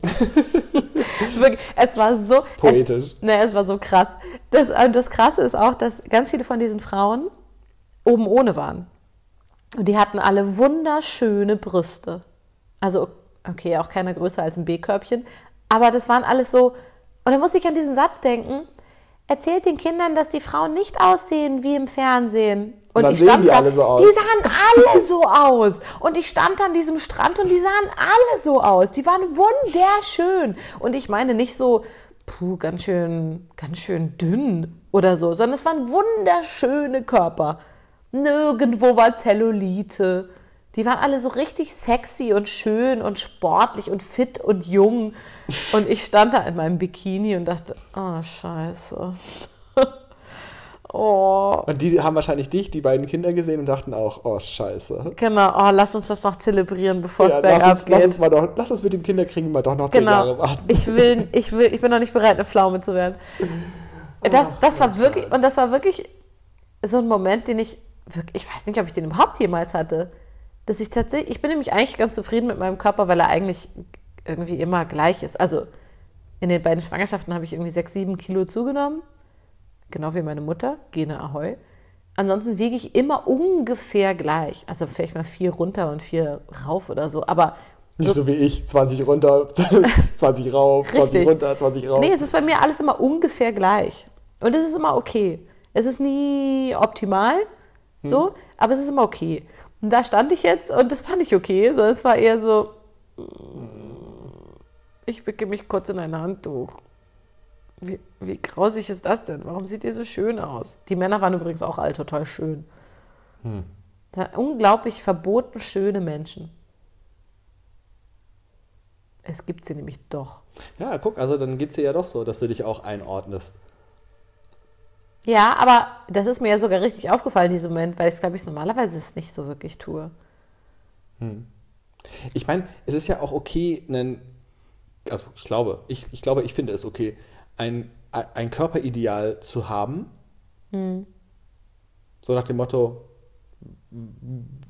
Speaker 4: wirklich, es war so
Speaker 5: Poetisch.
Speaker 4: Es, ne, es war so krass. Das, und das Krasse ist auch, dass ganz viele von diesen Frauen oben ohne waren. Und die hatten alle wunderschöne Brüste. Also, okay, auch keiner größer als ein B-Körbchen. Aber das waren alles so. Und da musste ich an diesen Satz denken: Erzählt den Kindern, dass die Frauen nicht aussehen wie im Fernsehen. Und
Speaker 5: Dann
Speaker 4: ich
Speaker 5: sehen
Speaker 4: stand
Speaker 5: die
Speaker 4: da,
Speaker 5: alle so aus.
Speaker 4: die sahen alle so aus. Und ich stand an diesem Strand und die sahen alle so aus. Die waren wunderschön. Und ich meine nicht so, puh, ganz schön, ganz schön dünn oder so, sondern es waren wunderschöne Körper. Nirgendwo war Zellulite. Die waren alle so richtig sexy und schön und sportlich und fit und jung. Und ich stand da in meinem Bikini und dachte, oh, scheiße. oh.
Speaker 5: Und die haben wahrscheinlich dich, die beiden Kinder gesehen und dachten auch, oh Scheiße.
Speaker 4: Genau, oh, lass uns das noch zelebrieren, bevor es
Speaker 5: Ja,
Speaker 4: bergab
Speaker 5: lass, uns,
Speaker 4: geht.
Speaker 5: lass, uns mal doch, lass uns mit dem Kinderkriegen mal doch noch zehn Jahre
Speaker 4: genau.
Speaker 5: warten.
Speaker 4: Ich will, ich will, ich bin noch nicht bereit, eine Pflaume zu werden.
Speaker 5: Oh,
Speaker 4: Das, das war wirklich, und das war wirklich so ein Moment, den ich, wirklich, ich weiß nicht, ob ich den überhaupt jemals hatte, dass ich tatsächlich, ich bin nämlich eigentlich ganz zufrieden mit meinem Körper, weil er eigentlich irgendwie immer gleich ist. Also in den beiden Schwangerschaften habe ich irgendwie sechs, sieben Kilo zugenommen, genau wie meine Mutter, Gene Ahoi. Ansonsten wiege ich immer ungefähr gleich. Also vielleicht mal vier runter und vier rauf oder so. Aber
Speaker 5: Nicht so wie ich, 20 runter, 20 rauf, 20
Speaker 4: Richtig.
Speaker 5: runter, 20 rauf.
Speaker 4: Nee, es ist bei mir alles immer ungefähr gleich. Und es ist immer okay. Es ist nie optimal, so, aber es ist immer okay. Und da stand ich jetzt und das fand ich okay, sondern es war eher so, mm, ich wicke mich kurz in ein Handtuch. Wie, wie grausig ist das denn? Warum sieht ihr so schön aus? Die Männer waren übrigens auch alle total schön. Es waren unglaublich verboten schöne Menschen. Es gibt sie nämlich doch.
Speaker 5: Ja, guck, also dann geht's dir ja doch so, dass du dich auch einordnest.
Speaker 4: Ja, aber das ist mir ja sogar richtig aufgefallen, in diesem Moment, weil ich glaube ich normalerweise es nicht so wirklich tue.
Speaker 5: Ich meine, es ist ja auch okay, einen, also ich glaube, ich, ich glaube, ich finde es okay, ein, ein Körperideal zu haben.
Speaker 4: Hm.
Speaker 5: So nach dem Motto,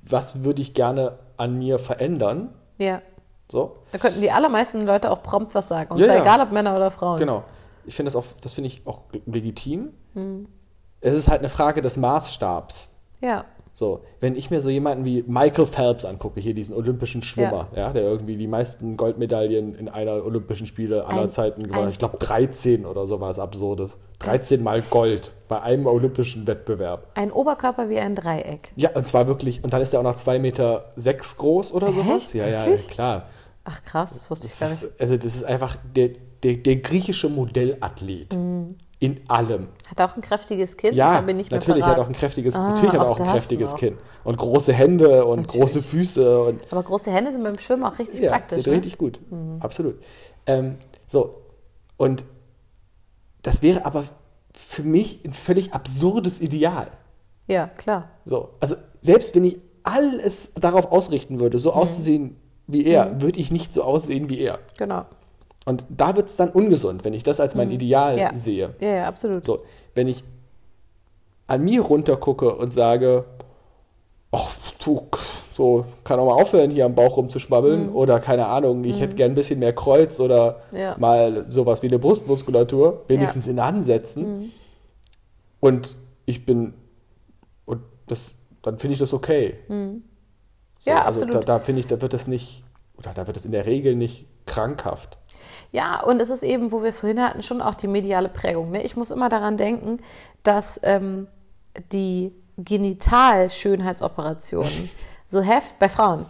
Speaker 5: was würde ich gerne an mir verändern?
Speaker 4: Ja.
Speaker 5: So.
Speaker 4: Da könnten die allermeisten Leute auch prompt was sagen. Und
Speaker 5: Ja,
Speaker 4: zwar
Speaker 5: ja.
Speaker 4: egal ob Männer oder Frauen.
Speaker 5: Genau. Ich finde das auch, das finde ich auch legitim.
Speaker 4: Hm.
Speaker 5: Es ist halt eine Frage des Maßstabs.
Speaker 4: Ja.
Speaker 5: So, wenn ich mir so jemanden wie Michael Phelps angucke, hier diesen olympischen Schwimmer, ja, der irgendwie die meisten Goldmedaillen in einer Olympischen Spiele aller
Speaker 4: Ein-
Speaker 5: Zeiten gewonnen
Speaker 4: ein-
Speaker 5: hat, ich glaube 13 oder sowas absurdes. 13 mal Gold bei einem olympischen Wettbewerb.
Speaker 4: Ein Oberkörper wie ein Dreieck.
Speaker 5: Ja, und zwar wirklich, und dann ist er auch noch 2,6 Meter sechs groß oder sowas.
Speaker 4: Echt?
Speaker 5: Ja, ja,
Speaker 4: Wirklich?
Speaker 5: klar.
Speaker 4: Ach krass, das wusste ich
Speaker 5: Das
Speaker 4: gar nicht.
Speaker 5: ist, also das ist einfach der, der, der griechische Modellathlet.
Speaker 4: Hm.
Speaker 5: In allem.
Speaker 4: Hat er auch ein kräftiges Kind?
Speaker 5: Ja,
Speaker 4: Dann bin ich
Speaker 5: natürlich
Speaker 4: mir
Speaker 5: hat er
Speaker 4: parat.
Speaker 5: auch ein kräftiges,
Speaker 4: Ah,
Speaker 5: natürlich hat er
Speaker 4: auch
Speaker 5: auch ein
Speaker 4: das
Speaker 5: kräftiges
Speaker 4: noch.
Speaker 5: Kinn. Und große Hände und große Füße und
Speaker 4: Aber große Hände sind beim Schwimmen auch richtig
Speaker 5: ja,
Speaker 4: praktisch.
Speaker 5: Sind
Speaker 4: ne?
Speaker 5: richtig gut. Absolut. Ähm, so, und das wäre aber für mich ein völlig absurdes Ideal.
Speaker 4: Ja, klar.
Speaker 5: So, also selbst wenn ich alles darauf ausrichten würde,
Speaker 4: Mhm.
Speaker 5: so auszusehen wie er, würde ich nicht so aussehen wie er.
Speaker 4: Genau.
Speaker 5: Und da wird es dann ungesund, wenn ich das als mein Ideal
Speaker 4: Mhm. Ja.
Speaker 5: Äh, sehe.
Speaker 4: Ja, ja absolut.
Speaker 5: So, wenn ich an mir runtergucke und sage, ach, du, so, kann auch mal aufhören, hier am Bauch rumzuschwabbeln oder keine Ahnung, ich hätte gern ein bisschen mehr Kreuz oder
Speaker 4: Mhm. Ja.
Speaker 5: mal sowas wie eine Brustmuskulatur, wenigstens in Ansätzen.
Speaker 4: Mhm.
Speaker 5: Und ich bin, und das, dann finde ich das okay. So,
Speaker 4: Mhm. Ja,
Speaker 5: also
Speaker 4: absolut.
Speaker 5: Da, da finde ich, da wird das nicht, oder da wird das in der Regel nicht krankhaft.
Speaker 4: Ja, und es ist eben, wo wir es vorhin hatten, schon auch die mediale Prägung. Ne? Ich muss immer daran denken, dass ähm, die Genital-Schönheitsoperationen so heft bei Frauen,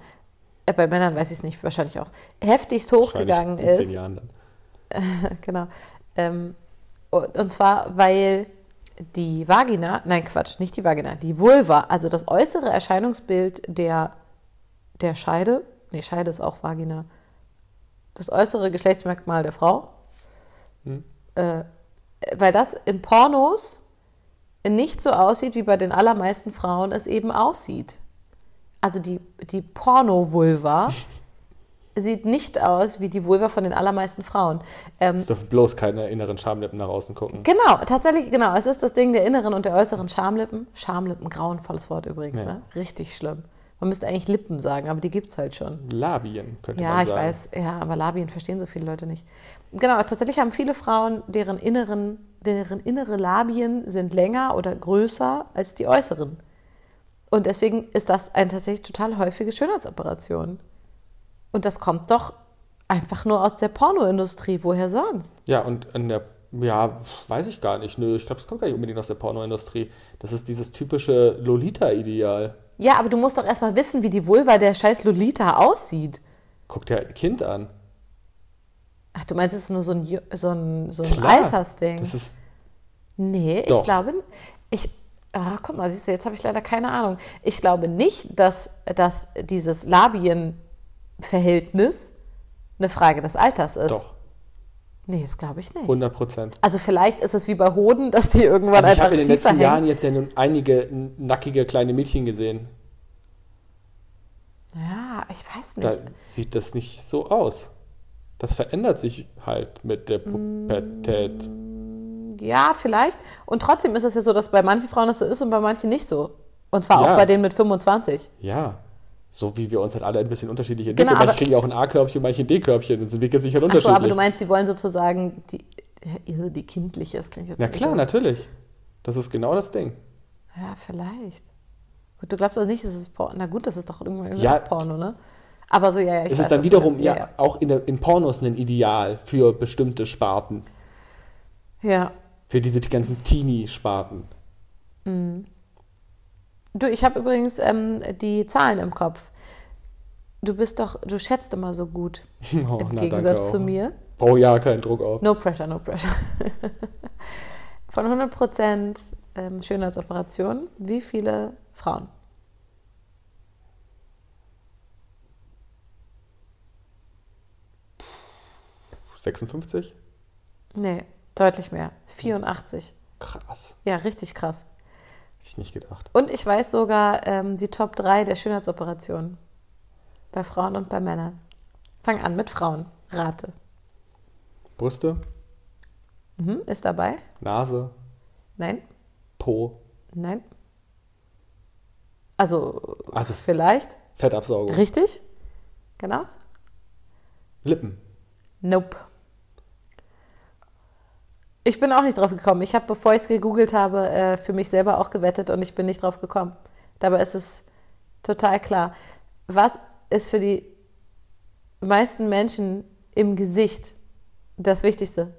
Speaker 4: äh, bei Männern weiß ich es nicht, wahrscheinlich auch, heftigst hochgegangen
Speaker 5: in zehn
Speaker 4: ist.
Speaker 5: Jahren dann.
Speaker 4: genau. Ähm, und, und zwar, weil die Vagina, nein Quatsch, nicht die Vagina, die Vulva, also das äußere Erscheinungsbild der, der Scheide, nee, Scheide ist auch Vagina, das äußere Geschlechtsmerkmal der Frau, äh, weil das in Pornos nicht so aussieht, wie bei den allermeisten Frauen es eben aussieht. Also die, die Porno-Vulva sieht nicht aus wie die Vulva von den allermeisten Frauen. Ähm,
Speaker 5: Es dürfen bloß keine inneren Schamlippen nach außen gucken.
Speaker 4: Genau, tatsächlich, genau. Es ist das Ding der inneren und der äußeren Schamlippen. Schamlippen, grauenvolles Wort übrigens,
Speaker 5: Ja.
Speaker 4: ne? Richtig schlimm. Man müsste eigentlich Lippen sagen, aber die gibt's halt schon.
Speaker 5: Labien, könnte
Speaker 4: Ja,
Speaker 5: man
Speaker 4: ich
Speaker 5: sagen.
Speaker 4: weiß, ja, aber Labien verstehen so viele Leute nicht. Genau, tatsächlich haben viele Frauen, deren inneren, deren innere Labien sind länger oder größer als die äußeren. Und deswegen ist das eine tatsächlich total häufige Schönheitsoperation. Und das kommt doch einfach nur aus der Pornoindustrie, woher sonst?
Speaker 5: Ja, und in der, ja, weiß ich gar nicht. Nö, ich glaube, es kommt gar nicht unbedingt aus der Pornoindustrie. Das ist dieses typische Lolita-Ideal.
Speaker 4: Ja, aber du musst doch erstmal wissen, wie die Vulva der scheiß Lolita aussieht.
Speaker 5: Guck dir halt ein Kind an.
Speaker 4: Ach, du meinst, es ist nur so ein, Ju- so ein, so ein
Speaker 5: Klar,
Speaker 4: Altersding?
Speaker 5: Das ist,
Speaker 4: nee,
Speaker 5: Doch.
Speaker 4: ich glaube, ich, ah, guck mal, siehst du, jetzt habe ich leider keine Ahnung. Ich glaube nicht, dass, dass dieses Labienverhältnis eine Frage des Alters ist.
Speaker 5: doch,
Speaker 4: Nee, das glaube ich nicht.
Speaker 5: 100 Prozent.
Speaker 4: Also vielleicht ist es wie bei Hoden, dass die irgendwann
Speaker 5: Also ich
Speaker 4: einfach
Speaker 5: habe in den
Speaker 4: tiefer
Speaker 5: letzten
Speaker 4: hängen.
Speaker 5: Jahren jetzt ja nun einige nackige kleine Mädchen gesehen.
Speaker 4: Ja, ich weiß nicht.
Speaker 5: Da sieht das nicht so aus. Das verändert sich halt mit der
Speaker 4: Mm.
Speaker 5: Pubertät.
Speaker 4: Ja, vielleicht. Und trotzdem ist es ja so, dass bei manchen Frauen das so ist und bei manchen nicht so. Und zwar
Speaker 5: Ja.
Speaker 4: auch bei denen mit 25.
Speaker 5: Ja. So wie wir uns halt alle ein bisschen unterschiedlich
Speaker 4: Genau,
Speaker 5: entwickeln. manche
Speaker 4: aber-
Speaker 5: kriegen ja auch ein A-Körbchen, manche ein D-Körbchen. Das entwickelt sich halt
Speaker 4: Achso,
Speaker 5: unterschiedlich.
Speaker 4: aber du meinst, sie wollen sozusagen die, ja, die kindliche, das klingt jetzt.
Speaker 5: Na
Speaker 4: so
Speaker 5: klar,
Speaker 4: blöd.
Speaker 5: natürlich. Das ist genau das Ding.
Speaker 4: Ja, vielleicht. Gut, du glaubst doch nicht, dass es Porno. Na gut, das ist doch irgendwann
Speaker 5: Ja.
Speaker 4: ja. Porno, ne? Aber so, ja, ja, ich
Speaker 5: Es
Speaker 4: weiß,
Speaker 5: ist dann
Speaker 4: was du
Speaker 5: wiederum
Speaker 4: meinst.
Speaker 5: ja, auch in, der, in Pornos ein Ideal für bestimmte Sparten,
Speaker 4: ja. Ja.
Speaker 5: für diese ganzen Teenie-Sparten.
Speaker 4: Du, ich habe übrigens ähm, die Zahlen im Kopf. Du bist doch, du schätzt immer so gut.
Speaker 5: Oh,
Speaker 4: Im
Speaker 5: na, danke
Speaker 4: Gegensatz
Speaker 5: auch.
Speaker 4: zu mir.
Speaker 5: Oh ja, keinen Druck auf.
Speaker 4: No pressure, no pressure. Von 100% ähm, Schönheitsoperationen, wie viele Frauen?
Speaker 5: Puh, 56?
Speaker 4: Nee, deutlich mehr. 84.
Speaker 5: Krass.
Speaker 4: Ja, richtig krass.
Speaker 5: Hätte ich nicht gedacht.
Speaker 4: Und ich weiß sogar ähm, die Top 3 der Schönheitsoperationen. Bei Frauen und bei Männern. Fang an mit Frauen. Rate.
Speaker 5: Brüste,
Speaker 4: Mhm, ist dabei?
Speaker 5: Nase,
Speaker 4: Nein?
Speaker 5: Po,
Speaker 4: Nein? Also,
Speaker 5: also
Speaker 4: vielleicht?
Speaker 5: Fettabsaugung,
Speaker 4: Richtig? Genau?
Speaker 5: Lippen.
Speaker 4: Nope. Ich bin auch nicht drauf gekommen. Ich habe, bevor ich es gegoogelt habe, äh, für mich selber auch gewettet und ich bin nicht drauf gekommen. Dabei ist es total klar. Was ist für die meisten Menschen im Gesicht das Wichtigste?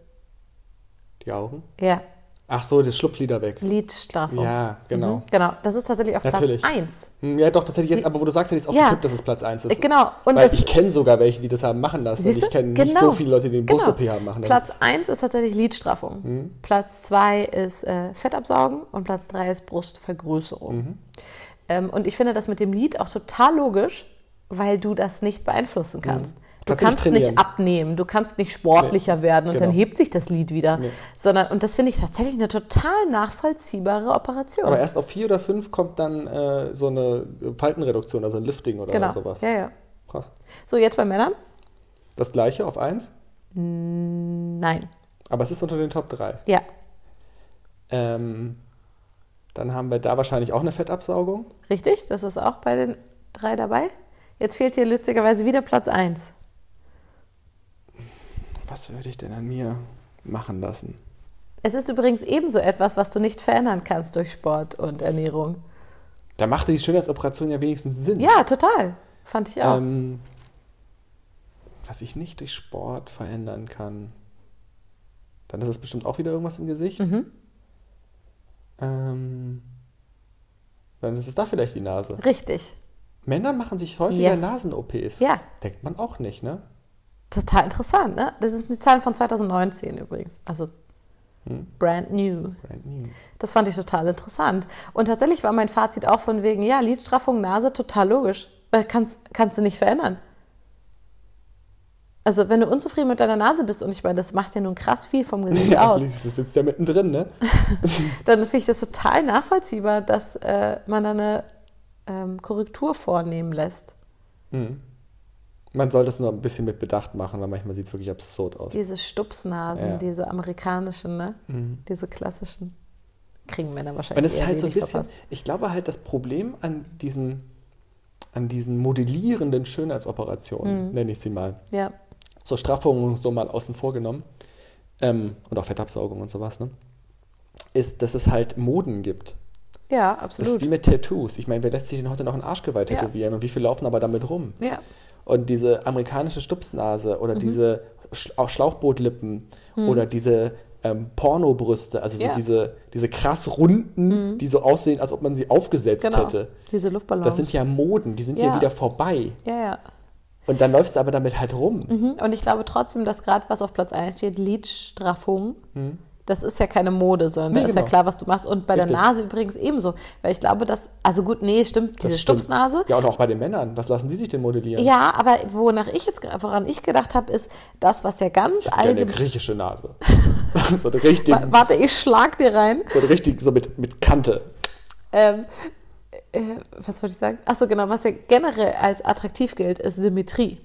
Speaker 5: Die Augen.
Speaker 4: Ja,
Speaker 5: Ach so, das Schlupflider weg.
Speaker 4: Lidstraffung.
Speaker 5: Ja, genau.
Speaker 4: Mhm, genau, das ist tatsächlich auf
Speaker 5: Natürlich.
Speaker 4: Platz 1.
Speaker 5: Hm, Ja, doch, das hätte ich jetzt, aber wo du sagst, hätte ich es auch
Speaker 4: Ja.
Speaker 5: getippt, dass es Platz 1 ist.
Speaker 4: Genau, und
Speaker 5: Weil
Speaker 4: das,
Speaker 5: ich kenne sogar welche, die das haben machen lassen.
Speaker 4: Siehst
Speaker 5: und
Speaker 4: du?
Speaker 5: ich kenne nicht so viele Leute, die den
Speaker 4: Genau.
Speaker 5: Brust-OP haben machen Mhm. lassen.
Speaker 4: Platz 1 ist tatsächlich Lidstraffung. Platz 2 ist äh, Fettabsaugen und Platz 3 ist Brustvergrößerung.
Speaker 5: Mhm.
Speaker 4: Ähm, und ich finde das mit dem Lid auch total logisch, weil du das nicht beeinflussen kannst. Du
Speaker 5: Mhm. Kannst du
Speaker 4: kannst nicht
Speaker 5: nicht trainieren.
Speaker 4: abnehmen, du kannst nicht sportlicher werden und
Speaker 5: genau.
Speaker 4: dann hebt sich das Lid wieder. Sondern, und das finde ich tatsächlich eine total nachvollziehbare Operation.
Speaker 5: Aber erst auf vier oder fünf kommt dann äh, so eine Faltenreduktion, also ein Lifting oder
Speaker 4: genau.
Speaker 5: sowas.
Speaker 4: Ja, ja.
Speaker 5: Krass.
Speaker 4: So, jetzt bei Männern?
Speaker 5: Das gleiche auf eins,
Speaker 4: Nein.
Speaker 5: aber es ist unter den Top 3.
Speaker 4: Ja,
Speaker 5: Ähm, dann haben wir da wahrscheinlich auch eine Fettabsaugung.
Speaker 4: richtig, das ist auch bei den drei dabei. Jetzt fehlt hier lustigerweise wieder Platz 1.
Speaker 5: Was würde ich denn an mir machen lassen?
Speaker 4: Es ist übrigens ebenso etwas, was du nicht verändern kannst durch Sport und Ernährung.
Speaker 5: Da machte die Schönheitsoperation ja wenigstens Sinn.
Speaker 4: Ja, total. Fand ich auch.
Speaker 5: Ähm, was ich nicht durch Sport verändern kann. Dann
Speaker 4: Mhm.
Speaker 5: ist es bestimmt auch wieder irgendwas im Gesicht. Ähm, Dann ist es da vielleicht die Nase.
Speaker 4: Richtig.
Speaker 5: Männer machen sich häufiger
Speaker 4: Yes.
Speaker 5: Nasen-OPs.
Speaker 4: Ja.
Speaker 5: Denkt man auch nicht, ne?
Speaker 4: Total interessant, ne? Das sind die Zahlen von 2019 übrigens. Also brand new.
Speaker 5: Brand new.
Speaker 4: Das fand ich total interessant. Und tatsächlich war mein Fazit auch von wegen, ja, Lidstraffung, Nase, total logisch. Weil kannst, kannst du nicht verändern. Also, wenn du unzufrieden mit deiner Nase bist, und ich meine, das macht ja nun krass viel vom Gesicht
Speaker 5: Ja,
Speaker 4: aus,
Speaker 5: das sitzt ja mittendrin, ne?
Speaker 4: dann finde ich das total nachvollziehbar, dass äh, man da eine ähm, Korrektur vornehmen lässt.
Speaker 5: Man soll das nur ein bisschen mit Bedacht machen, weil manchmal sieht es wirklich absurd aus.
Speaker 4: Diese Stupsnasen,
Speaker 5: Ja.
Speaker 4: diese amerikanischen, ne? Diese klassischen. Kriegen Männer wahrscheinlich.
Speaker 5: Und es ist
Speaker 4: eher
Speaker 5: halt so ein
Speaker 4: wenig
Speaker 5: bisschen,
Speaker 4: verpasst.
Speaker 5: ich glaube halt, das Problem an diesen, an diesen modellierenden Schönheitsoperationen,
Speaker 4: Mhm.
Speaker 5: nenne ich sie mal,
Speaker 4: Ja.
Speaker 5: zur Straffung so mal außen vor genommen, ähm, und auch Fettabsaugung und sowas, ne? Ist, dass es halt Moden gibt.
Speaker 4: ja,
Speaker 5: Das ist
Speaker 4: absolut.
Speaker 5: wie mit Tattoos. Ich meine, wer lässt sich denn heute noch einen Arschgeweih
Speaker 4: Ja.
Speaker 5: tätowieren und wie viele laufen aber damit rum?
Speaker 4: Ja.
Speaker 5: Und diese amerikanische Stupsnase
Speaker 4: Mhm.
Speaker 5: oder diese Sch auch Schlauchbootlippen oder diese ähm, Pornobrüste, also so
Speaker 4: Ja. Mhm.
Speaker 5: diese, diese krass runden, die so aussehen, als ob man sie aufgesetzt
Speaker 4: Genau.
Speaker 5: hätte.
Speaker 4: Diese Luftballons.
Speaker 5: Das sind ja Moden, die sind ja
Speaker 4: Ja.
Speaker 5: wieder vorbei.
Speaker 4: Ja, ja.
Speaker 5: Und dann läufst du aber damit halt rum.
Speaker 4: Mhm. Und ich glaube trotzdem, dass gerade was auf Platz 1 steht, Lidstraffung, das ist ja keine Mode, sondern
Speaker 5: Mhm. Nee,
Speaker 4: da ist
Speaker 5: genau.
Speaker 4: ja klar, was du machst. Und bei
Speaker 5: Richtig.
Speaker 4: der Nase übrigens ebenso. Weil ich glaube, dass, also gut, nee, stimmt,
Speaker 5: Das
Speaker 4: diese
Speaker 5: stimmt.
Speaker 4: Stupsnase.
Speaker 5: Ja, und auch bei den Männern. Was lassen die sich denn modellieren?
Speaker 4: Ja, aber wonach ich jetzt, woran ich gedacht habe, ist das, was ja ganz
Speaker 5: ja eine
Speaker 4: allgemein.
Speaker 5: griechische Nase. so eine richtig,
Speaker 4: Wa- Warte, ich schlag dir rein.
Speaker 5: so eine richtig, so mit, mit Kante.
Speaker 4: Ähm, äh, was wollte ich sagen? Achso, genau, was ja generell als attraktiv gilt, ist Symmetrie.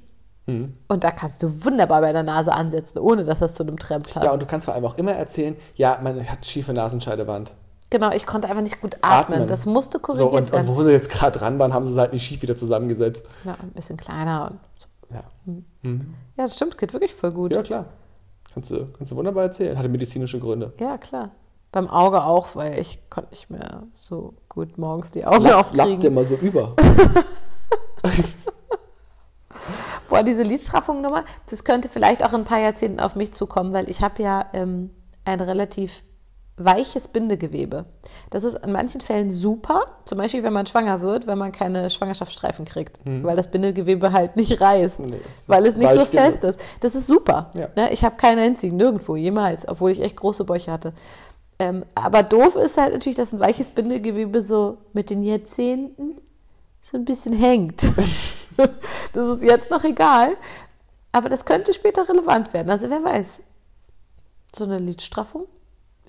Speaker 5: Mhm.
Speaker 4: Und da kannst du wunderbar bei der Nase ansetzen, ohne dass das zu einem Trend passt.
Speaker 5: Ja, und du kannst vor allem auch immer erzählen, ja, man hat schiefe Nasenscheidewand.
Speaker 4: Genau, ich konnte einfach nicht gut atmen.
Speaker 5: Atmen.
Speaker 4: Das musste
Speaker 5: So,
Speaker 4: korrigiert
Speaker 5: und, und
Speaker 4: werden.
Speaker 5: wo sie jetzt gerade dran waren, haben sie es halt nicht schief wieder zusammengesetzt.
Speaker 4: ja, ein bisschen kleiner. Und so.
Speaker 5: Ja.
Speaker 4: Ja, das stimmt, geht wirklich voll gut.
Speaker 5: Ja, klar. Kannst du, kannst du wunderbar erzählen. Hatte medizinische Gründe.
Speaker 4: Ja, klar. Beim Auge auch, weil ich konnte nicht mehr so gut morgens die Augen
Speaker 5: lappt
Speaker 4: aufkriegen.
Speaker 5: immer so über.
Speaker 4: Boah, diese Lidstraffung-Nummer, das könnte vielleicht auch in ein paar Jahrzehnten auf mich zukommen, weil ich habe ja ähm, ein relativ weiches Bindegewebe. Das ist in manchen Fällen super, zum Beispiel wenn man schwanger wird, wenn man keine Schwangerschaftsstreifen kriegt, weil das Bindegewebe halt nicht reißt,
Speaker 5: Mhm. Nee, es
Speaker 4: weil
Speaker 5: ist
Speaker 4: es nicht so
Speaker 5: weich genug.
Speaker 4: fest ist. Das ist super.
Speaker 5: Ja.
Speaker 4: Ne? Ich habe keine einzigen, nirgendwo, jemals, obwohl ich echt große Bäuche hatte. Ähm, aber doof ist halt natürlich, dass ein weiches Bindegewebe so mit den Jahrzehnten so ein bisschen hängt. das ist jetzt noch egal, aber das könnte später relevant werden. Also wer weiß, so eine Lidstraffung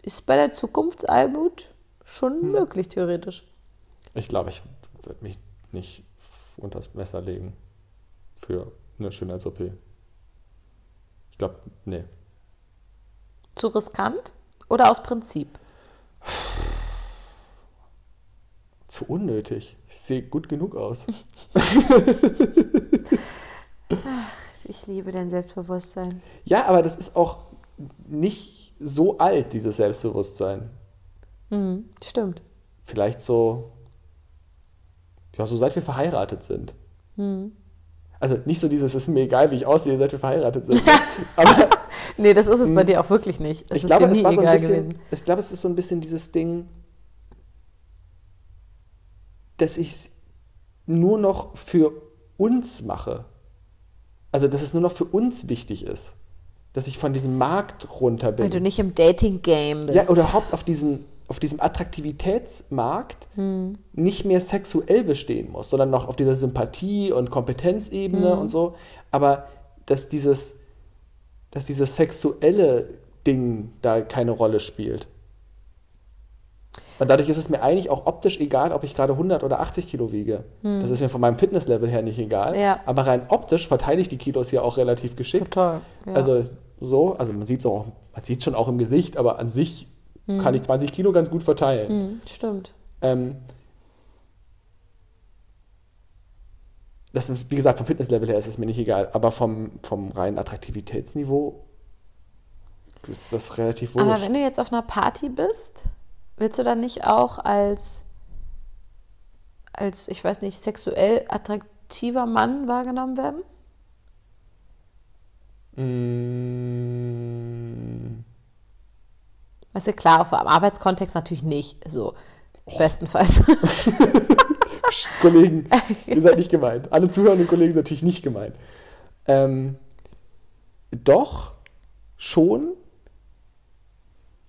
Speaker 4: ist bei der Zukunftsarmut schon
Speaker 5: Hm.
Speaker 4: möglich, theoretisch.
Speaker 5: Ich glaube, ich würde mich nicht unter das Messer legen für eine Schönheits-OP. Ich glaube, nee.
Speaker 4: Zu riskant oder aus Prinzip?
Speaker 5: Zu unnötig. Ich sehe gut genug aus.
Speaker 4: Ich liebe dein Selbstbewusstsein.
Speaker 5: ja, aber das ist auch nicht so alt, dieses Selbstbewusstsein.
Speaker 4: Mhm, stimmt.
Speaker 5: vielleicht so, ja, so seit wir verheiratet sind.
Speaker 4: Hm.
Speaker 5: Also nicht so dieses, ist mir egal, wie ich aussehe, seit wir verheiratet sind. Aber
Speaker 4: Nee, das ist es bei dir auch wirklich nicht. Es
Speaker 5: Hm. ich
Speaker 4: ist
Speaker 5: glaube,
Speaker 4: dir nie
Speaker 5: es war so ein
Speaker 4: egal
Speaker 5: bisschen,
Speaker 4: gewesen.
Speaker 5: ich glaube, es ist so ein bisschen dieses Ding, dass ich es nur noch für uns mache. Also, dass es nur noch für uns wichtig ist. Dass ich von diesem Markt runter bin.
Speaker 4: Weil du nicht im Dating-Game bist.
Speaker 5: Ja, oder überhaupt auf diesem, auf diesem Attraktivitätsmarkt nicht mehr sexuell bestehen muss, sondern noch auf dieser Sympathie- und Kompetenzebene und so. Aber dass dieses, dass dieses sexuelle Ding da keine Rolle spielt. Und dadurch ist es mir eigentlich auch optisch egal, ob ich gerade 100 oder 80 Kilo wiege. Das ist mir von meinem Fitnesslevel her nicht egal.
Speaker 4: Ja.
Speaker 5: Aber rein optisch verteile ich die Kilos ja auch relativ geschickt.
Speaker 4: Total. Ja.
Speaker 5: Also so, also man sieht es auch, man sieht schon auch im Gesicht, aber an sich
Speaker 4: Hm.
Speaker 5: kann ich 20 Kilo ganz gut verteilen.
Speaker 4: Mhm, stimmt.
Speaker 5: Ähm, das ist, wie gesagt, vom Fitnesslevel her ist es mir nicht egal, aber vom, vom reinen Attraktivitätsniveau ist das relativ wurscht.
Speaker 4: Aber wenn du jetzt auf einer Party bist, willst du dann nicht auch als, als ich weiß nicht, sexuell attraktiver Mann wahrgenommen werden?
Speaker 5: Mm, Mm.
Speaker 4: Weißt du, klar, auf dem Arbeitskontext natürlich nicht so. Bestenfalls.
Speaker 5: Kollegen, ihr seid nicht gemeint. Alle zuhörenden Kollegen sind natürlich nicht gemeint. Ähm, doch, schon.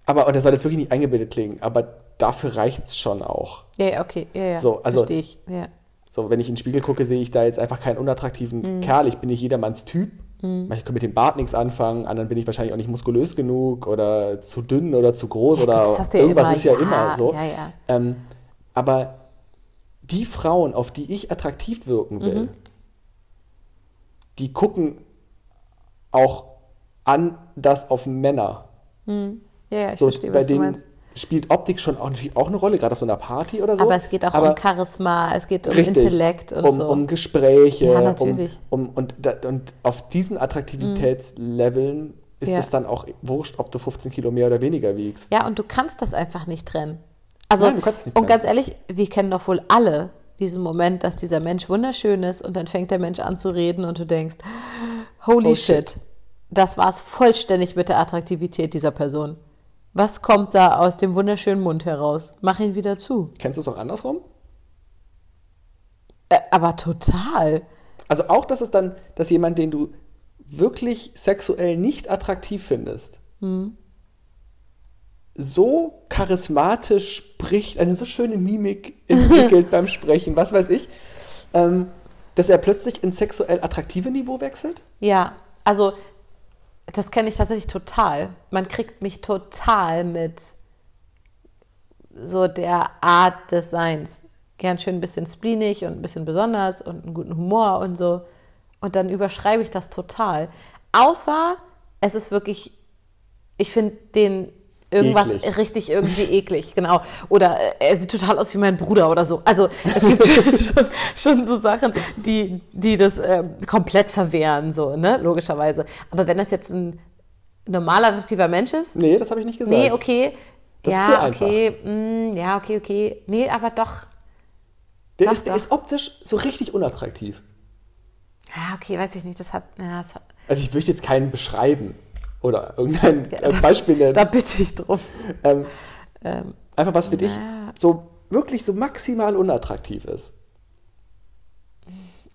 Speaker 5: Aber, und das soll jetzt wirklich nicht eingebildet klingen, aber dafür reicht es schon auch.
Speaker 4: ja, ja, okay. Ja, ja.
Speaker 5: So, also-
Speaker 4: Verstehe ich. Ja.
Speaker 5: So, wenn ich in den Spiegel gucke, sehe ich da jetzt einfach keinen
Speaker 4: Mhm.
Speaker 5: unattraktiven Kerl. Ich bin nicht jedermanns Typ. Ich kann mit dem Bart nichts anfangen. Anderen bin ich wahrscheinlich auch nicht muskulös genug oder zu dünn oder zu groß
Speaker 4: Ja,
Speaker 5: oder
Speaker 4: Gott, das hast du ja
Speaker 5: irgendwas
Speaker 4: immer.
Speaker 5: ist ja,
Speaker 4: Ja,
Speaker 5: immer so.
Speaker 4: ja, ja.
Speaker 5: Ähm, aber die Frauen, auf die ich attraktiv wirken
Speaker 4: Mhm.
Speaker 5: will, die gucken auch anders auf Männer.
Speaker 4: Ja, ja, ich
Speaker 5: So,
Speaker 4: verstehe,
Speaker 5: bei
Speaker 4: was du
Speaker 5: denen
Speaker 4: meinst.
Speaker 5: spielt Optik schon auch, natürlich auch eine Rolle, gerade auf so einer Party oder so.
Speaker 4: Aber es geht auch
Speaker 5: Aber-
Speaker 4: um Charisma, es geht um
Speaker 5: Richtig.
Speaker 4: Intellekt und
Speaker 5: um,
Speaker 4: so.
Speaker 5: um Gespräche,
Speaker 4: Ja,
Speaker 5: um,
Speaker 4: natürlich.
Speaker 5: um und, da, und auf diesen Attraktivitätsleveln ist
Speaker 4: Mhm. Ja.
Speaker 5: es dann auch wurscht, ob du 15 Kilo mehr oder weniger wiegst.
Speaker 4: Ja, und du kannst das einfach nicht trennen. Also,
Speaker 5: Nein, du kannst es nicht
Speaker 4: und
Speaker 5: trennen.
Speaker 4: ganz ehrlich, wir kennen doch wohl alle diesen Moment, dass dieser Mensch wunderschön ist und dann fängt der Mensch an zu reden und du denkst, holy
Speaker 5: Oh, shit.
Speaker 4: shit. das war es vollständig mit der Attraktivität dieser Person. Was kommt da aus dem wunderschönen Mund heraus? Mach ihn wieder zu.
Speaker 5: Kennst du es auch andersrum?
Speaker 4: Äh, aber total.
Speaker 5: Also auch, dass es dann, dass jemand, den du wirklich sexuell nicht attraktiv findest,
Speaker 4: Hm.
Speaker 5: so charismatisch spricht, eine so schöne Mimik entwickelt beim Sprechen, was weiß ich, ähm, dass er plötzlich ins sexuell attraktive Niveau wechselt?
Speaker 4: Ja, also das kenne ich tatsächlich total. Man kriegt mich total mit so der Art des Seins. Gern schön ein bisschen spleenig und ein bisschen besonders und einen guten Humor und so. Und dann überschreibe ich das total. Außer es ist wirklich, ich finde den irgendwas
Speaker 5: Eklig.
Speaker 4: richtig irgendwie eklig, genau. Oder äh, er sieht total aus wie mein Bruder oder so. Also es gibt schon, schon, schon so Sachen, die, die das ähm, komplett verwehren, so, ne, logischerweise. Aber wenn das jetzt ein normaler, attraktiver Mensch ist,
Speaker 5: Nee, das habe ich nicht gesagt.
Speaker 4: Nee, okay.
Speaker 5: Das
Speaker 4: ja,
Speaker 5: ist zu einfach.
Speaker 4: okay. mm, ja, okay, okay. Nee, aber doch.
Speaker 5: Der,
Speaker 4: Doch,
Speaker 5: ist, der
Speaker 4: doch.
Speaker 5: ist optisch so richtig unattraktiv.
Speaker 4: Ja, okay, weiß ich nicht. Das hat. Ja, das hat
Speaker 5: Also ich möchte jetzt keinen beschreiben oder irgendein als Beispiel nennen.
Speaker 4: da bitte ich drum.
Speaker 5: ähm, einfach was für dich so wirklich so maximal unattraktiv ist.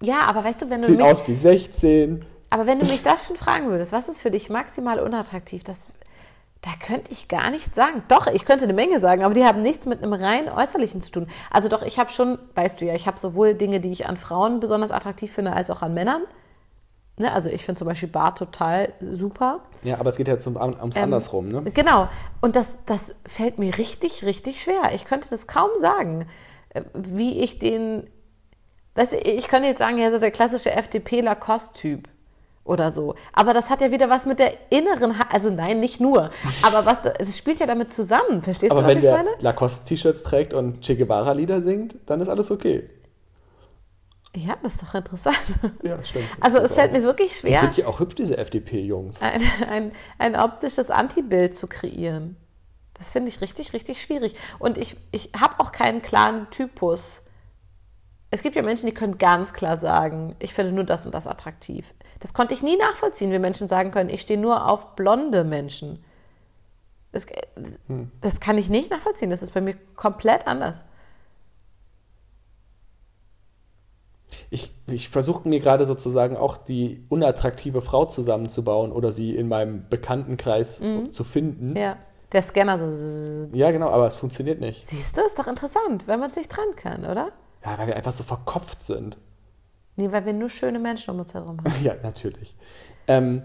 Speaker 4: Ja, aber weißt du, wenn du
Speaker 5: Sieht
Speaker 4: mich,
Speaker 5: aus wie 16.
Speaker 4: aber wenn du mich das schon fragen würdest, was ist für dich maximal unattraktiv? Das, da könnte ich gar nichts sagen. Doch, ich könnte eine Menge sagen, aber die haben nichts mit einem rein äußerlichen zu tun. Also doch, ich habe schon, weißt du ja, ich habe sowohl Dinge, die ich an Frauen besonders attraktiv finde, als auch an Männern. Ne? Also ich finde zum Beispiel Bart total super.
Speaker 5: Ja, aber es geht ja zum, ums
Speaker 4: Ähm,
Speaker 5: andersrum, ne?
Speaker 4: Genau. Und das, das fällt mir richtig, richtig schwer. Ich könnte das kaum sagen, äh, wie ich den. Weißt du, ich könnte jetzt sagen, ja, so der klassische FDPler-Kost-Typ oder so. Aber das hat ja wieder was mit der inneren. Ha also nein, nicht nur. Aber was, da- es spielt ja damit zusammen. Verstehst
Speaker 5: Aber
Speaker 4: du, was
Speaker 5: wenn
Speaker 4: ich
Speaker 5: der
Speaker 4: meine?
Speaker 5: Lacoste-T-Shirts trägt und Che Guevara-Lieder singt, dann ist alles okay.
Speaker 4: Ja, das ist doch interessant.
Speaker 5: Ja, stimmt.
Speaker 4: Also
Speaker 5: Das
Speaker 4: es
Speaker 5: ist
Speaker 4: fällt
Speaker 5: auch-
Speaker 4: mir wirklich
Speaker 5: Die
Speaker 4: schwer,
Speaker 5: sind ja auch hübsch, diese FDP-Jungs.
Speaker 4: ein, ein, ein optisches Antibild zu kreieren. Das finde ich richtig, richtig schwierig. Und ich, ich habe auch keinen klaren Typus. Es gibt ja Menschen, die können ganz klar sagen, ich finde nur das und das attraktiv. Das konnte ich nie nachvollziehen, wie Menschen sagen können, ich stehe nur auf blonde Menschen. Das, das kann ich nicht nachvollziehen. Das ist bei mir komplett anders.
Speaker 5: Ich, ich versuche mir gerade sozusagen auch die unattraktive Frau zusammenzubauen oder sie in meinem Bekanntenkreis zu finden.
Speaker 4: Mhm. Ja. Der Scanner so, zzzz.
Speaker 5: Ja, genau, aber es funktioniert nicht.
Speaker 4: siehst du, ist doch interessant, wenn man es nicht trennen kann, oder?
Speaker 5: Ja, weil wir einfach so verkopft sind.
Speaker 4: Nee, weil wir nur schöne Menschen um uns herum haben.
Speaker 5: ja, natürlich. Ähm,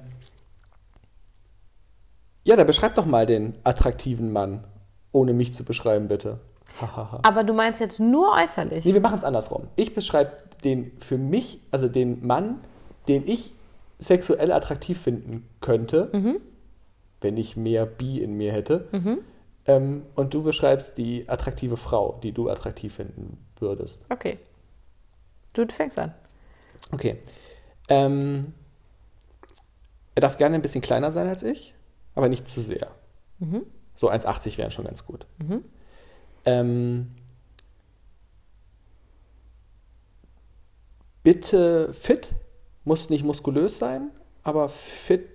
Speaker 5: ja, dann beschreib doch mal den attraktiven Mann, ohne mich zu beschreiben, bitte. Hahaha.
Speaker 4: Aber du meinst jetzt nur äußerlich.
Speaker 5: nee, wir machen es andersrum. Ich beschreibe den für mich, also den Mann, den ich sexuell attraktiv finden könnte, wenn ich mehr Bi in mir hätte. Ähm, und du beschreibst die attraktive Frau, die du attraktiv finden würdest.
Speaker 4: Okay. Du fängst an.
Speaker 5: Okay. Ähm, er darf gerne ein bisschen kleiner sein als ich, aber nicht zu sehr. So 1,80 wären schon ganz gut. Ähm, bitte fit, muss nicht muskulös sein, aber fit,